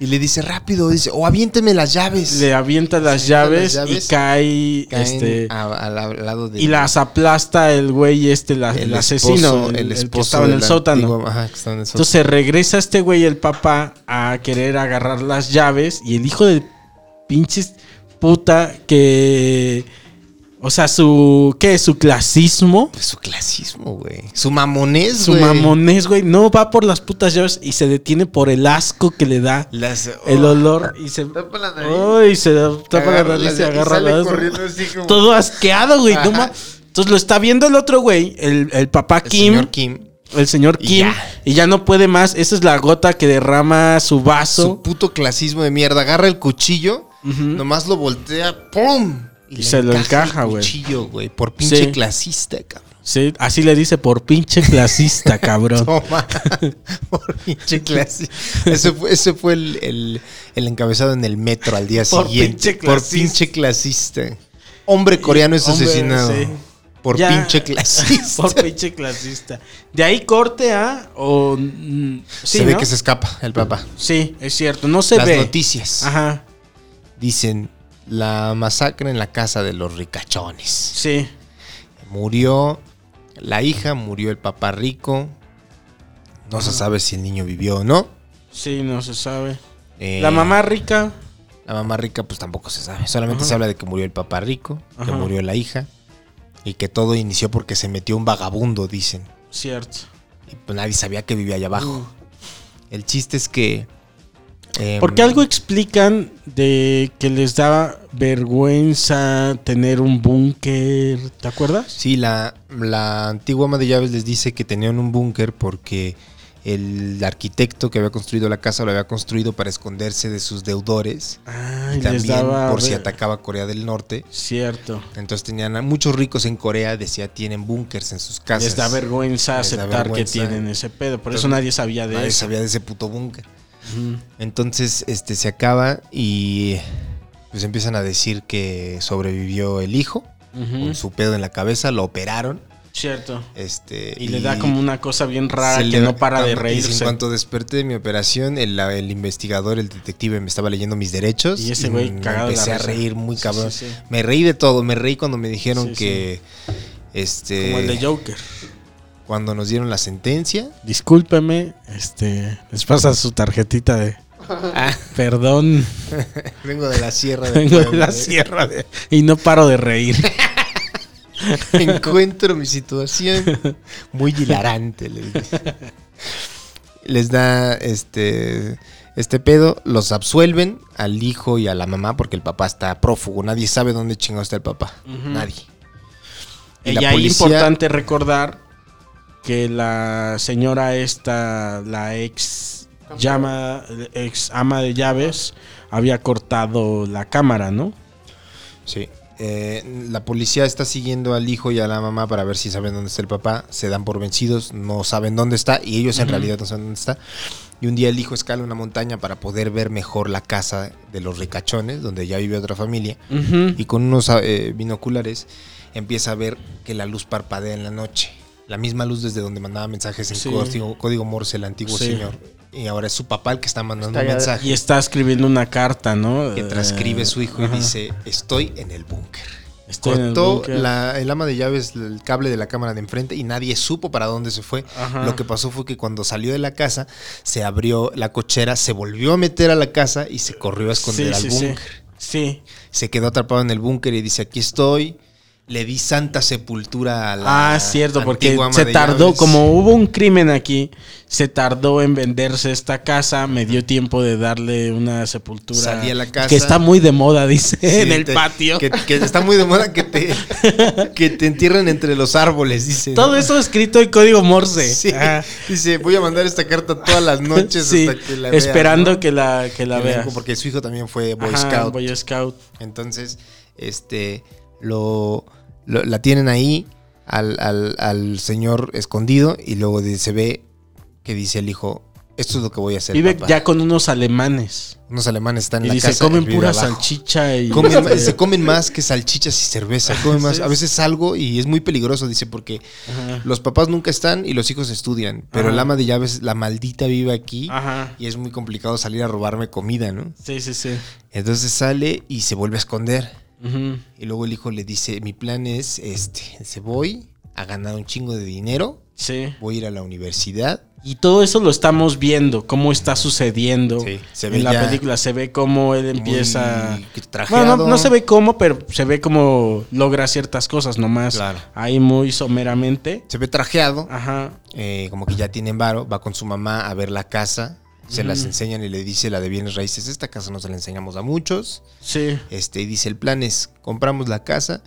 Speaker 4: Y le dice, rápido, dice, o aviénteme las llaves.
Speaker 3: Le avienta las,
Speaker 4: Sí,
Speaker 3: llaves,
Speaker 4: las llaves.
Speaker 3: y cae.
Speaker 4: Caen
Speaker 3: este,
Speaker 4: a- al, al lado de
Speaker 3: y las aplasta el güey, este, la- el, asesino.
Speaker 4: esposo-
Speaker 3: el, el que
Speaker 4: esposo
Speaker 3: estaba en
Speaker 4: de
Speaker 3: el
Speaker 4: la
Speaker 3: sótano.
Speaker 4: antigua- ajá, que estaba en el sótano.
Speaker 3: Entonces regresa este güey, el papá, a querer agarrar las llaves. Y el hijo de pinches puta que. O sea, su. ¿Qué? Su clasismo.
Speaker 4: Pues su clasismo, güey. Su mamonés,
Speaker 3: Su
Speaker 4: güey.
Speaker 3: mamonés, güey. No va por las putas llaves y se detiene por el asco que le da
Speaker 4: Las-
Speaker 3: el
Speaker 4: oh,
Speaker 3: olor. Y se.
Speaker 4: Tapa la nariz.
Speaker 3: Ay, se tapa la
Speaker 4: agarra
Speaker 3: nariz y
Speaker 4: las-
Speaker 3: se agarra
Speaker 4: sale
Speaker 3: la
Speaker 4: corriendo así como-
Speaker 3: Todo asqueado, güey. no
Speaker 4: Ajá.
Speaker 3: ma- Entonces lo está viendo el otro güey, el, el papá
Speaker 4: El
Speaker 3: Kim.
Speaker 4: señor Kim.
Speaker 3: El señor
Speaker 4: Y
Speaker 3: Kim.
Speaker 4: ya.
Speaker 3: Y ya no puede más. Esa es la gota que derrama su
Speaker 4: Su
Speaker 3: vaso.
Speaker 4: puto clasismo de mierda. Agarra el cuchillo, nomás lo voltea, ¡pum!
Speaker 3: Y se lo
Speaker 4: el
Speaker 3: encaja, güey.
Speaker 4: cuchillo, güey. Por pinche
Speaker 3: Sí.
Speaker 4: clasista, cabrón.
Speaker 3: Sí, así le dice por pinche clasista, cabrón.
Speaker 4: Toma. Por pinche clasista. Ese fue, ese fue el, el- el encabezado en el metro al día
Speaker 3: Por
Speaker 4: siguiente.
Speaker 3: pinche
Speaker 4: por
Speaker 3: clasista.
Speaker 4: pinche clasista. Hombre coreano es
Speaker 3: Hombre,
Speaker 4: asesinado.
Speaker 3: sí.
Speaker 4: Por
Speaker 3: Ya.
Speaker 4: pinche clasista.
Speaker 3: Por pinche clasista. De ahí corte a. O, mm, sí,
Speaker 4: se ve
Speaker 3: ¿no?
Speaker 4: que se escapa el papá.
Speaker 3: Sí, es cierto. No se
Speaker 4: Las
Speaker 3: ve.
Speaker 4: noticias
Speaker 3: Ajá.
Speaker 4: dicen la masacre en la casa de los ricachones.
Speaker 3: Sí.
Speaker 4: Murió la hija, murió el papá rico. No
Speaker 3: Ah.
Speaker 4: se sabe si el niño vivió o no.
Speaker 3: Sí, no se sabe.
Speaker 4: Eh,
Speaker 3: La mamá rica.
Speaker 4: La mamá rica, pues tampoco se sabe. Solamente
Speaker 3: Ajá.
Speaker 4: se habla de que murió el papá rico, que
Speaker 3: Ajá.
Speaker 4: murió la hija. Y que todo inició porque se metió un vagabundo, dicen.
Speaker 3: Cierto. Uh.
Speaker 4: Y pues nadie sabía que vivía allá abajo. El chiste es que. em,
Speaker 3: Porque algo explican de que les daba vergüenza tener un búnker. ¿Te acuerdas?
Speaker 4: Sí, la, la antigua ama de llaves les dice que tenían un búnker porque el arquitecto que había construido la casa lo había construido para esconderse de sus deudores.
Speaker 3: Ah,
Speaker 4: Y también por si
Speaker 3: ver-
Speaker 4: atacaba Corea del Norte.
Speaker 3: Cierto.
Speaker 4: Entonces tenían a muchos ricos en Corea, decía, tienen búnkers en sus casas.
Speaker 3: Les da vergüenza
Speaker 4: Les da
Speaker 3: aceptar
Speaker 4: vergüenza.
Speaker 3: que tienen ese pedo. Por eso
Speaker 4: Entonces,
Speaker 3: nadie sabía de
Speaker 4: Nadie
Speaker 3: eso.
Speaker 4: sabía de ese puto búnker.
Speaker 3: Ujú.
Speaker 4: Entonces, este se acaba y pues empiezan a decir que sobrevivió el hijo
Speaker 3: Ujú.
Speaker 4: con su pedo en la cabeza, lo operaron.
Speaker 3: Cierto.
Speaker 4: Este,
Speaker 3: Y, le da como una cosa bien rara que no para de
Speaker 4: En
Speaker 3: reírse.
Speaker 4: cuanto desperté de mi operación, el, la- el investigador, el detective, me estaba leyendo mis derechos.
Speaker 3: Y ese güey
Speaker 4: me
Speaker 3: cagado de la
Speaker 4: Empecé a
Speaker 3: risa.
Speaker 4: reír muy
Speaker 3: Sí,
Speaker 4: cabrón.
Speaker 3: sí, sí.
Speaker 4: Me reí de todo. Me reí cuando me dijeron
Speaker 3: Sí, sí.
Speaker 4: que. Este.
Speaker 3: Como el de Joker.
Speaker 4: Cuando nos dieron la sentencia.
Speaker 3: Discúlpeme, este, les pasa su tarjetita de perdón,
Speaker 4: Vengo de la sierra. de
Speaker 3: vengo de
Speaker 4: Puebla,
Speaker 3: la
Speaker 4: ¿eh?
Speaker 3: sierra de- y no paro de reír.
Speaker 4: Encuentro mi situación muy hilarante. Les, dice. Les da este, este pedo, los absuelven al hijo y a la mamá porque el papá está prófugo. Nadie sabe dónde chingado está el papá. Nadie.
Speaker 3: Y,
Speaker 4: la
Speaker 3: ahí
Speaker 4: policía-
Speaker 3: importante recordar que la señora esta, la ex llama, ex ama de llaves, había cortado la cámara, ¿no?
Speaker 4: Sí. Eh, la policía está siguiendo al hijo y a la mamá para ver si saben dónde está el papá. Se dan por vencidos, no saben dónde está y ellos en realidad no saben dónde está. Y un día el hijo escala una montaña para poder ver mejor la casa de los ricachones, donde ya vive otra familia. Y con unos eh, binoculares empieza a ver que la luz parpadea en la noche. La misma luz desde donde mandaba mensajes en
Speaker 3: Sí.
Speaker 4: código, código Morse el antiguo
Speaker 3: Sí.
Speaker 4: señor. Y ahora es su papá el que está mandando
Speaker 5: Está ya-
Speaker 4: un mensaje
Speaker 3: Y está escribiendo una carta, ¿no?
Speaker 4: que transcribe
Speaker 3: Eh,
Speaker 4: su hijo
Speaker 3: ajá.
Speaker 4: y dice, estoy en el búnker.
Speaker 3: Estoy en el
Speaker 4: Cortó
Speaker 3: búnker.
Speaker 4: la- el ama de llaves el cable de la cámara de enfrente y nadie supo para dónde se fue.
Speaker 3: Ajá.
Speaker 4: Lo que pasó fue que cuando salió de la casa, se abrió la cochera, se volvió a meter a la casa y se corrió a esconder al
Speaker 3: sí, sí,
Speaker 4: búnker.
Speaker 3: sí. Sí,
Speaker 4: Se quedó atrapado en el búnker y dice, aquí estoy. le di santa sepultura a la.
Speaker 3: ah, cierto, porque
Speaker 4: antigua ama
Speaker 3: se
Speaker 4: de
Speaker 3: tardó,
Speaker 4: llaves.
Speaker 3: como hubo un crimen aquí, se tardó en venderse esta casa, me dio tiempo de darle una sepultura.
Speaker 4: Salí a la casa.
Speaker 3: Que está muy de moda, dice,
Speaker 4: Sí,
Speaker 3: en el
Speaker 4: te-
Speaker 3: patio.
Speaker 4: Que, que está muy de moda que te, que te entierren entre los árboles, dice. ¿no?
Speaker 3: Todo eso escrito en código Morse.
Speaker 4: Sí.
Speaker 3: Ah,
Speaker 4: Dice, voy a mandar esta carta todas las noches
Speaker 3: sí,
Speaker 4: hasta que la vea,
Speaker 3: esperando
Speaker 4: ¿no?
Speaker 3: que la, que la
Speaker 4: Que la-
Speaker 3: veas.
Speaker 4: Porque su hijo también fue Boy
Speaker 3: Ajá,
Speaker 4: Scout.
Speaker 3: Boy Scout.
Speaker 4: Entonces, este, lo, lo- la tienen ahí al, al- al señor escondido y luego de- se ve que dice el hijo, esto es lo que voy a hacer.
Speaker 3: Vive
Speaker 4: papá".
Speaker 3: ya con unos alemanes.
Speaker 4: Unos alemanes están
Speaker 3: Y
Speaker 4: en la
Speaker 3: dice,
Speaker 4: casa.
Speaker 3: comen
Speaker 4: él vive
Speaker 3: pura
Speaker 4: abajo".
Speaker 3: salchicha y... este,
Speaker 4: Comen- se comen más que salchichas y cerveza. Comen más. A veces salgo y es muy peligroso, dice, porque
Speaker 3: Ajá.
Speaker 4: los papás nunca están y los hijos estudian. Pero
Speaker 3: Ajá.
Speaker 4: el ama de llaves, la maldita, vive aquí
Speaker 3: Ajá.
Speaker 4: y es muy complicado salir a robarme comida, ¿no?
Speaker 3: Sí, sí, sí.
Speaker 4: Entonces sale y se vuelve a esconder.
Speaker 3: Ujú.
Speaker 4: Y luego el hijo le dice, mi plan es, este, se voy a ganar un chingo de dinero,
Speaker 3: Sí.
Speaker 4: voy a ir a la universidad.
Speaker 3: Y todo eso lo estamos viendo, cómo está sucediendo
Speaker 4: Sí, se ve
Speaker 3: en la
Speaker 4: ya
Speaker 3: película. Se ve cómo él empieza...
Speaker 4: muy
Speaker 3: Bueno, no,
Speaker 4: trajeado.
Speaker 3: no se ve cómo, pero se ve cómo logra ciertas cosas nomás.
Speaker 4: Claro.
Speaker 3: Ahí muy someramente.
Speaker 4: Se ve
Speaker 3: Ah.
Speaker 4: trajeado,
Speaker 3: Ajá.
Speaker 4: eh, como que ya tiene varo, va con su mamá a ver la casa, se
Speaker 3: Mm.
Speaker 4: las enseñan y le dice la de bienes raíces, esta casa no se la enseñamos a muchos.
Speaker 3: Sí.
Speaker 4: Este, y dice, el plan es, compramos la casa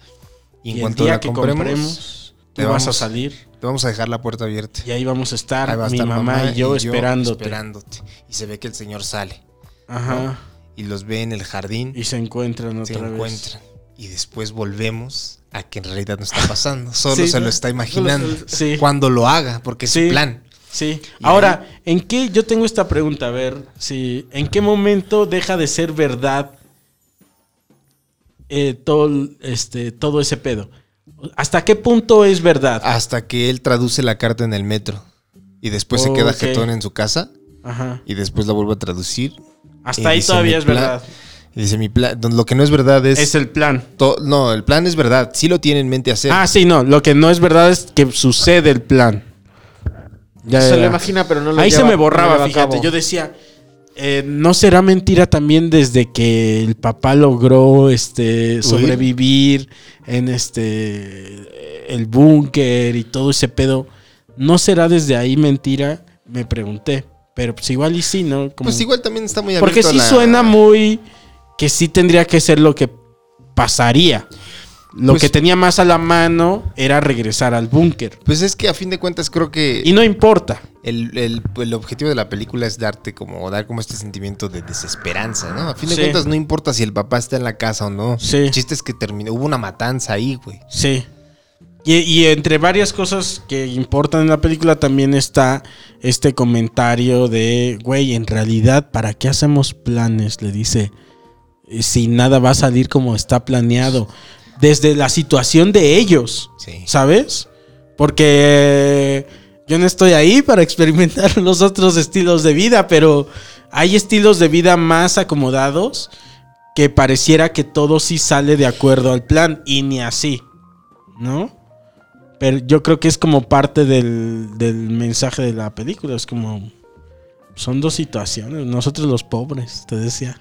Speaker 4: y en
Speaker 3: Y el
Speaker 4: cuanto
Speaker 3: día
Speaker 4: la
Speaker 3: que
Speaker 4: compremos,
Speaker 3: compremos,
Speaker 4: te
Speaker 3: tú vas a
Speaker 4: vamos-
Speaker 3: salir
Speaker 4: te vamos a dejar la puerta abierta.
Speaker 3: y ahí vamos a estar,
Speaker 4: Ahí va a
Speaker 3: mi
Speaker 4: estar
Speaker 3: mamá, y yo esperándote.
Speaker 4: esperándote. Y se ve que el señor sale
Speaker 3: Ajá.
Speaker 4: y los ve en el jardín.
Speaker 3: Y se encuentran otra
Speaker 4: se
Speaker 3: vez.
Speaker 4: encuentran. Y después volvemos a que en realidad no está pasando. Solo
Speaker 3: Sí,
Speaker 4: se
Speaker 3: ¿no?
Speaker 4: lo está imaginando.
Speaker 3: Solo se- sí.
Speaker 4: Cuando lo haga, porque es
Speaker 3: Sí.
Speaker 4: su plan.
Speaker 3: Sí.
Speaker 4: Y
Speaker 3: Ahora, ¿en qué? Yo tengo esta pregunta, a ver, si ¿en qué momento deja de ser verdad eh, todo, el- este, todo ese pedo? ¿Hasta qué punto es verdad?
Speaker 4: Hasta que él traduce la carta en el metro. Y después se queda
Speaker 3: Oh, Ok.
Speaker 4: jetón en su casa.
Speaker 3: Ajá.
Speaker 4: Y después la vuelve a traducir.
Speaker 3: Hasta
Speaker 4: Y
Speaker 3: ahí
Speaker 4: eh, dice,
Speaker 3: todavía
Speaker 4: "Mi
Speaker 3: es
Speaker 4: plan-
Speaker 3: verdad.
Speaker 4: y Dice, mi plan. Lo que no es verdad es.
Speaker 3: Es el plan.
Speaker 4: to- no, el plan es verdad. Sí lo tiene en mente hacer.
Speaker 3: Ah, sí, no. Lo que no es verdad es que sucede el plan. Ya,
Speaker 5: se
Speaker 3: ya.
Speaker 5: lo imagina, pero no lo
Speaker 3: Ahí se
Speaker 5: lleva-
Speaker 3: me
Speaker 5: no
Speaker 3: borraba,
Speaker 5: lo lleva a
Speaker 3: fíjate.
Speaker 5: cabo.
Speaker 3: Yo decía, eh, ¿no será mentira también desde que el papá logró este sobrevivir en este eh, el búnker y todo ese pedo? ¿No será desde ahí mentira? Me pregunté. Pero pues igual y sí, ¿no? Como-
Speaker 4: pues igual también está muy
Speaker 3: porque
Speaker 4: abierto a
Speaker 3: sí
Speaker 4: la-
Speaker 3: suena muy que sí tendría que ser lo que pasaría. Lo
Speaker 4: Pues-
Speaker 3: que tenía más a la mano era regresar al búnker.
Speaker 4: Pues es que a fin de cuentas creo que.
Speaker 3: Y no importa.
Speaker 4: El, el- el objetivo de la película es darte como dar como este sentimiento de desesperanza, ¿no? A fin de
Speaker 3: Sí.
Speaker 4: cuentas no importa si el papá está en la casa o no.
Speaker 3: Sí.
Speaker 4: El chiste es que terminó, hubo una matanza ahí, güey.
Speaker 3: Sí. Y, y entre varias cosas que importan en la película también está este comentario de, güey, en realidad, ¿para qué hacemos planes? Le dice, "Eh, si nada va a salir como está planeado. Desde la situación de ellos,
Speaker 4: Sí.
Speaker 3: ¿sabes? Porque yo no estoy ahí para experimentar los otros estilos de vida, pero hay estilos de vida más acomodados que pareciera que todo sí sale de acuerdo al plan y ni así, ¿no? Pero yo creo que es como parte del, del mensaje de la película, es como... Son dos situaciones, nosotros los pobres, te decía.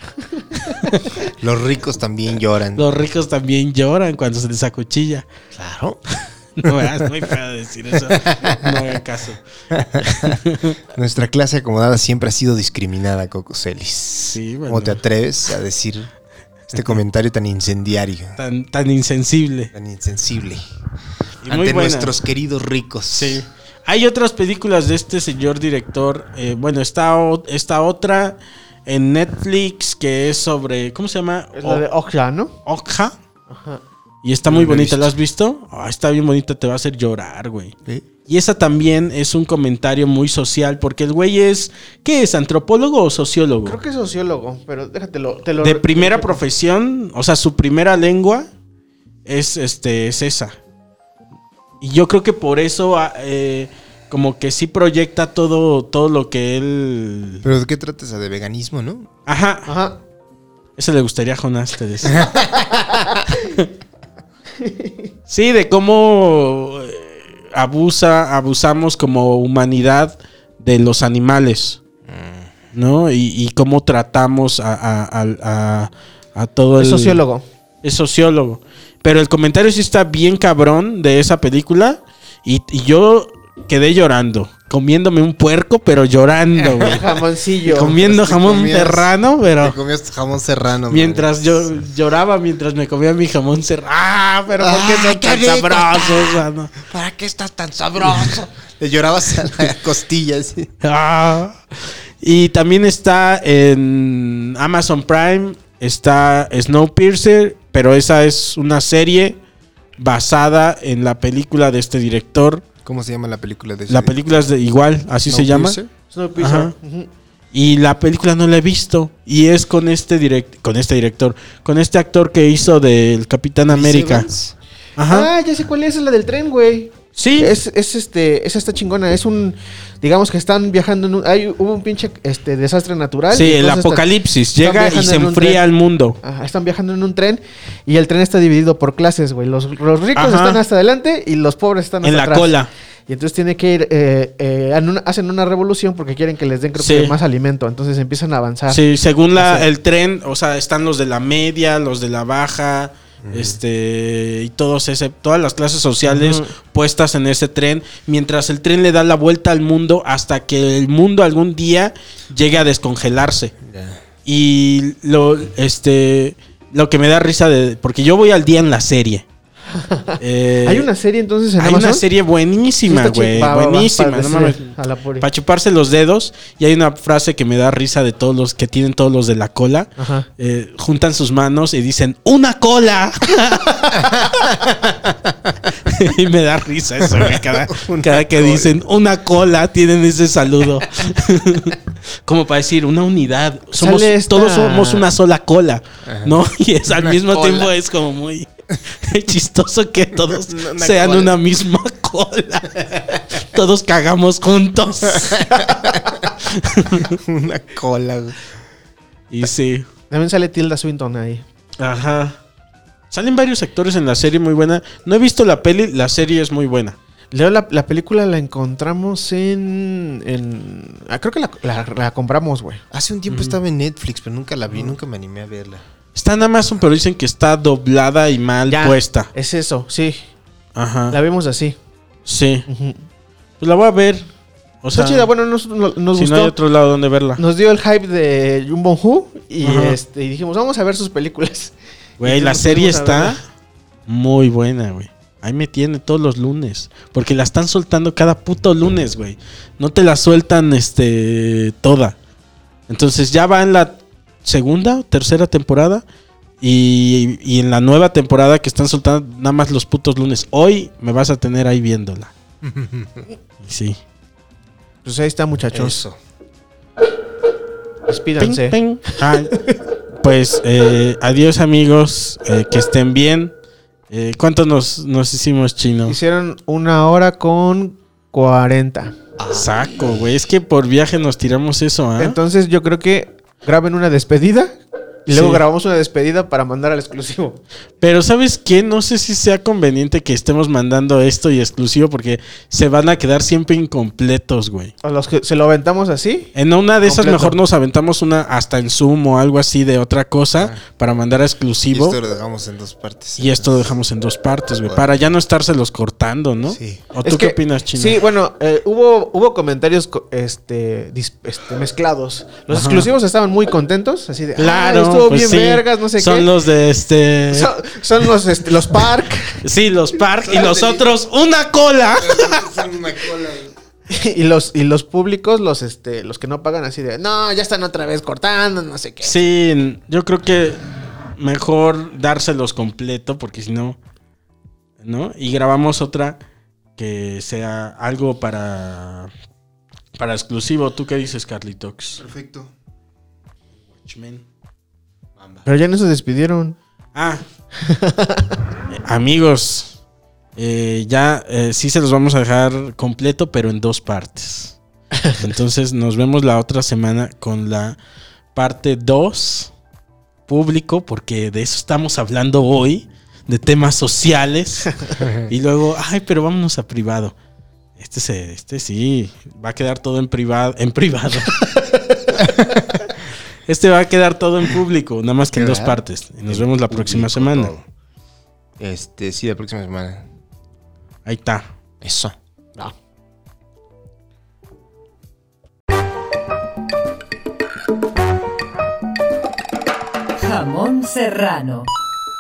Speaker 4: Los ricos también lloran.
Speaker 3: Los ricos también lloran cuando se les acuchilla.
Speaker 4: Claro.
Speaker 3: No, es muy feo decir eso. No hagan caso.
Speaker 4: Nuestra clase acomodada siempre ha sido discriminada, Coco Celis.
Speaker 3: Sí, bueno.
Speaker 4: ¿Cómo te atreves a decir este comentario tan incendiario?
Speaker 3: Tan, tan insensible.
Speaker 4: Tan insensible.
Speaker 3: Y muy
Speaker 4: ante
Speaker 3: buena.
Speaker 4: nuestros queridos ricos.
Speaker 3: Sí. Hay otras películas de este señor director. eh, bueno, está o- esta otra en Netflix que es sobre. ¿Cómo se llama?
Speaker 5: Es la de Okja, ¿no?
Speaker 3: O- Okja.
Speaker 5: Ajá.
Speaker 3: Y está
Speaker 4: No
Speaker 3: muy
Speaker 4: la he
Speaker 3: bonita. ¿La
Speaker 4: visto.
Speaker 3: has visto? Ah, está bien bonita, te va a hacer llorar, güey.
Speaker 4: ¿Eh?
Speaker 3: Y esa también es un comentario muy social porque el güey es. ¿Qué es? ¿Antropólogo o sociólogo?
Speaker 5: Creo que es sociólogo, pero déjatelo. Te lo
Speaker 3: de primera profesión, o sea, su primera lengua es, este, es esa. Y yo creo que por eso, ah, eh, como que sí proyecta todo, todo lo que él...
Speaker 4: Pero ¿de qué tratas? De veganismo, ¿no?
Speaker 3: Ajá,
Speaker 5: Ajá.
Speaker 3: eso le gustaría a Jonás, te decía. sí, de cómo eh, abusa, abusamos como humanidad de los animales, ¿no? Y, y cómo tratamos a, a- al- a- a todo
Speaker 5: Es
Speaker 3: el...
Speaker 5: sociólogo.
Speaker 3: Es sociólogo. Pero el comentario sí está bien cabrón de esa película. Y, y yo quedé llorando. Comiéndome un puerco, pero llorando, güey.
Speaker 5: Jamoncillo.
Speaker 3: Comiendo
Speaker 4: Te
Speaker 3: jamón
Speaker 4: comías-
Speaker 3: serrano, pero
Speaker 4: Te comías jamón serrano. madre.
Speaker 3: mientras yo lloraba, mientras me comía mi jamón serrano. ¡Ah! Pero ¿por qué
Speaker 4: Ah,
Speaker 3: son
Speaker 4: qué
Speaker 3: tan
Speaker 4: rico
Speaker 3: sabrosos?
Speaker 4: está.
Speaker 3: mano?
Speaker 4: ¿Para qué estás tan sabroso? Le llorabas a la costilla. así.
Speaker 3: Ah. Y también está en Amazon Prime, está Snowpiercer, pero esa es una serie basada en la película de este director.
Speaker 4: ¿Cómo se llama la película de
Speaker 3: La película es de igual, así se llama.
Speaker 4: Snowpiercer?
Speaker 3: Ajá.
Speaker 5: Snowpiercer. Ujú.
Speaker 3: Y la película no la he visto. Y es con este, direct con este director, con este actor que hizo del Capitán América.
Speaker 4: Evans?
Speaker 3: Ajá.
Speaker 5: Ah, ya sé cuál es, es la del tren, güey.
Speaker 3: Sí.
Speaker 5: Es, es este, esa está chingona, es un, digamos que están viajando en un, hay, hubo un pinche este, desastre natural.
Speaker 3: Sí,
Speaker 5: y
Speaker 3: el
Speaker 5: entonces está-
Speaker 3: apocalipsis
Speaker 5: están
Speaker 3: llega y
Speaker 5: viajando
Speaker 3: se
Speaker 5: en un
Speaker 3: enfría
Speaker 5: tren.
Speaker 3: el mundo.
Speaker 5: Ajá, están viajando en un tren y el tren está dividido por clases, güey. Los, los ricos
Speaker 3: Ajá.
Speaker 5: están hasta adelante y los pobres están
Speaker 3: En
Speaker 5: hasta
Speaker 3: la
Speaker 5: atrás.
Speaker 3: cola.
Speaker 5: Y entonces tiene que ir, eh, eh, en una- hacen una revolución porque quieren que les den creo
Speaker 3: Sí.
Speaker 5: que más alimento. Entonces empiezan a avanzar.
Speaker 3: Sí, según la,
Speaker 5: O sea-
Speaker 3: el tren, o sea, están los de la media, los de la baja, este, y todos ese, todas las clases sociales puestas en ese tren, mientras el tren le da la vuelta al mundo hasta que el mundo algún día llegue a descongelarse. Y lo, este, lo que me da risa de, porque yo voy al día en la serie. Eh,
Speaker 5: Hay una serie entonces en
Speaker 3: hay
Speaker 5: Amazon.
Speaker 3: una serie buenísima,
Speaker 5: Está chi-
Speaker 3: güey,
Speaker 5: va, va, va,
Speaker 3: buenísima,
Speaker 5: para
Speaker 3: no
Speaker 5: decir
Speaker 3: mames.
Speaker 5: a la puri.
Speaker 3: Para chuparse los dedos. Y hay una frase que me da risa de todos los que tienen todos los de la cola.
Speaker 5: Ajá.
Speaker 3: Eh, juntan sus manos y dicen, ¡una cola! y me da risa eso, güey, Cada, cada que dicen, ¡una cola! Tienen ese saludo. Como para decir, una unidad. Somos,
Speaker 5: Sale esta-
Speaker 3: Todos somos una sola cola, ¿no? Y es, al
Speaker 4: Una
Speaker 3: mismo
Speaker 4: cola.
Speaker 3: tiempo es como muy chistoso que todos
Speaker 4: Una
Speaker 3: sean
Speaker 4: cola.
Speaker 3: una misma cola. todos cagamos juntos.
Speaker 4: Una cola. güey.
Speaker 3: Y sí.
Speaker 5: También sale Tilda Swinton ahí.
Speaker 3: Ajá. Salen varios actores en la serie muy buena. No he visto la peli, la serie es muy buena.
Speaker 5: Leo, la, la película la encontramos en. en ah, creo que la, la- la compramos, güey.
Speaker 4: Hace un
Speaker 3: Mm.
Speaker 4: tiempo estaba en Netflix, pero nunca la vi, nunca me animé a verla.
Speaker 3: Está en Amazon, pero dicen que está doblada y mal
Speaker 5: Ya.
Speaker 3: puesta. Ah.
Speaker 5: Es eso, sí.
Speaker 3: Ajá.
Speaker 5: La vimos así.
Speaker 3: Sí.
Speaker 5: Ujú.
Speaker 3: Pues la voy a ver. O sea,
Speaker 5: Está chida, bueno, nos, nos- nos
Speaker 3: si
Speaker 5: gustó.
Speaker 3: no hay otro lado donde verla.
Speaker 5: Nos dio el hype de Jun Bong Hu y,
Speaker 3: Ajá.
Speaker 5: este, y dijimos, vamos a ver sus películas.
Speaker 3: Güey,
Speaker 5: Y
Speaker 3: la
Speaker 5: nos
Speaker 3: serie
Speaker 5: fuimos a
Speaker 3: está
Speaker 5: verla.
Speaker 3: muy buena, güey. Ahí me tiene todos los lunes. Porque la están soltando cada puto lunes, güey. No te la sueltan, este, toda. Entonces ya va en la segunda, tercera temporada. Y, y en la nueva temporada que están soltando nada más los putos lunes. Hoy me vas a tener ahí viéndola. Sí.
Speaker 5: Pues ahí está, muchachos.
Speaker 4: Eso.
Speaker 3: Ping,
Speaker 5: Despídanse.
Speaker 3: ping. Ah, pues eh, adiós amigos, eh, que estén bien. Eh, ¿Cuánto nos, nos hicimos chino?
Speaker 5: Hicieron una hora con 40.
Speaker 3: Saco, güey. Es que por viaje nos tiramos eso, ¿ah?
Speaker 5: Entonces yo creo que graben una despedida y luego
Speaker 3: Sí.
Speaker 5: grabamos una despedida para mandar al exclusivo.
Speaker 3: Pero ¿sabes qué? No sé si sea conveniente que estemos mandando esto y exclusivo porque se van a quedar siempre incompletos, güey.
Speaker 5: A los que se lo aventamos así.
Speaker 3: En una de esas
Speaker 5: Completo.
Speaker 3: mejor nos aventamos una hasta en Zoom o algo así de otra cosa
Speaker 5: Ah.
Speaker 3: para mandar a
Speaker 4: Y
Speaker 3: exclusivo.
Speaker 4: esto lo dejamos en dos partes.
Speaker 3: Y esto lo dejamos en dos partes, güey.
Speaker 4: Bueno.
Speaker 3: Para ya no estárselos cortando, ¿no?
Speaker 4: Sí.
Speaker 3: ¿O
Speaker 5: Es
Speaker 3: tú qué
Speaker 5: que-
Speaker 3: opinas, Chino?
Speaker 5: Sí, bueno, eh, hubo, hubo comentarios co- este, dis- este, mezclados. Los
Speaker 3: Ajá.
Speaker 5: exclusivos estaban muy contentos, así de,
Speaker 3: Claro.
Speaker 5: "Ay, Ah, estuvo
Speaker 3: pues
Speaker 5: bien
Speaker 3: sí.
Speaker 5: vergas, no sé
Speaker 3: Son
Speaker 5: qué.
Speaker 3: los de este.
Speaker 5: Son, son los, este, los Park
Speaker 3: Sí, los Park y los otros, una cola.
Speaker 4: Son una cola. güey.
Speaker 5: y los, y los públicos, los, este, los que no pagan así de, no, ya están otra vez cortando, no sé qué.
Speaker 3: Sí, yo creo que mejor dárselos completo porque si no. ¿No? Y grabamos otra que sea algo para. Para exclusivo. ¿Tú qué dices, Carlitox?
Speaker 4: Perfecto. Mamba.
Speaker 5: Pero ya no se despidieron.
Speaker 3: Ah. Eh, Amigos, eh, ya eh, sí se los vamos a dejar completo, pero en dos partes. Entonces nos vemos la otra semana con la parte 2 público, porque de eso estamos hablando hoy, de temas sociales. y luego, ay, pero vámonos a privado. Este, se, este sí, va a quedar todo en privado. En privado. este va a quedar todo en público, nada más que en dos
Speaker 4: ¿Verdad?
Speaker 3: partes. Y nos vemos la próxima
Speaker 4: Público
Speaker 3: semana.
Speaker 4: todo. Este, sí, la próxima semana.
Speaker 3: Ahí está.
Speaker 4: Eso.
Speaker 2: Jamón serrano.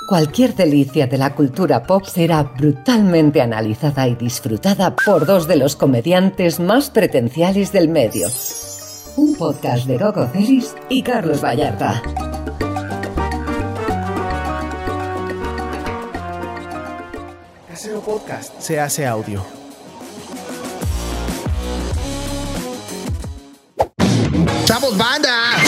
Speaker 2: Cualquier delicia de la cultura pop será brutalmente analizada y disfrutada por dos de los comediantes más pretenciales del medio. Un podcast de Coco Celis y Carlos Vallarta.
Speaker 6: Casero Podcast se hace audio.
Speaker 4: ¡Chavos, banda!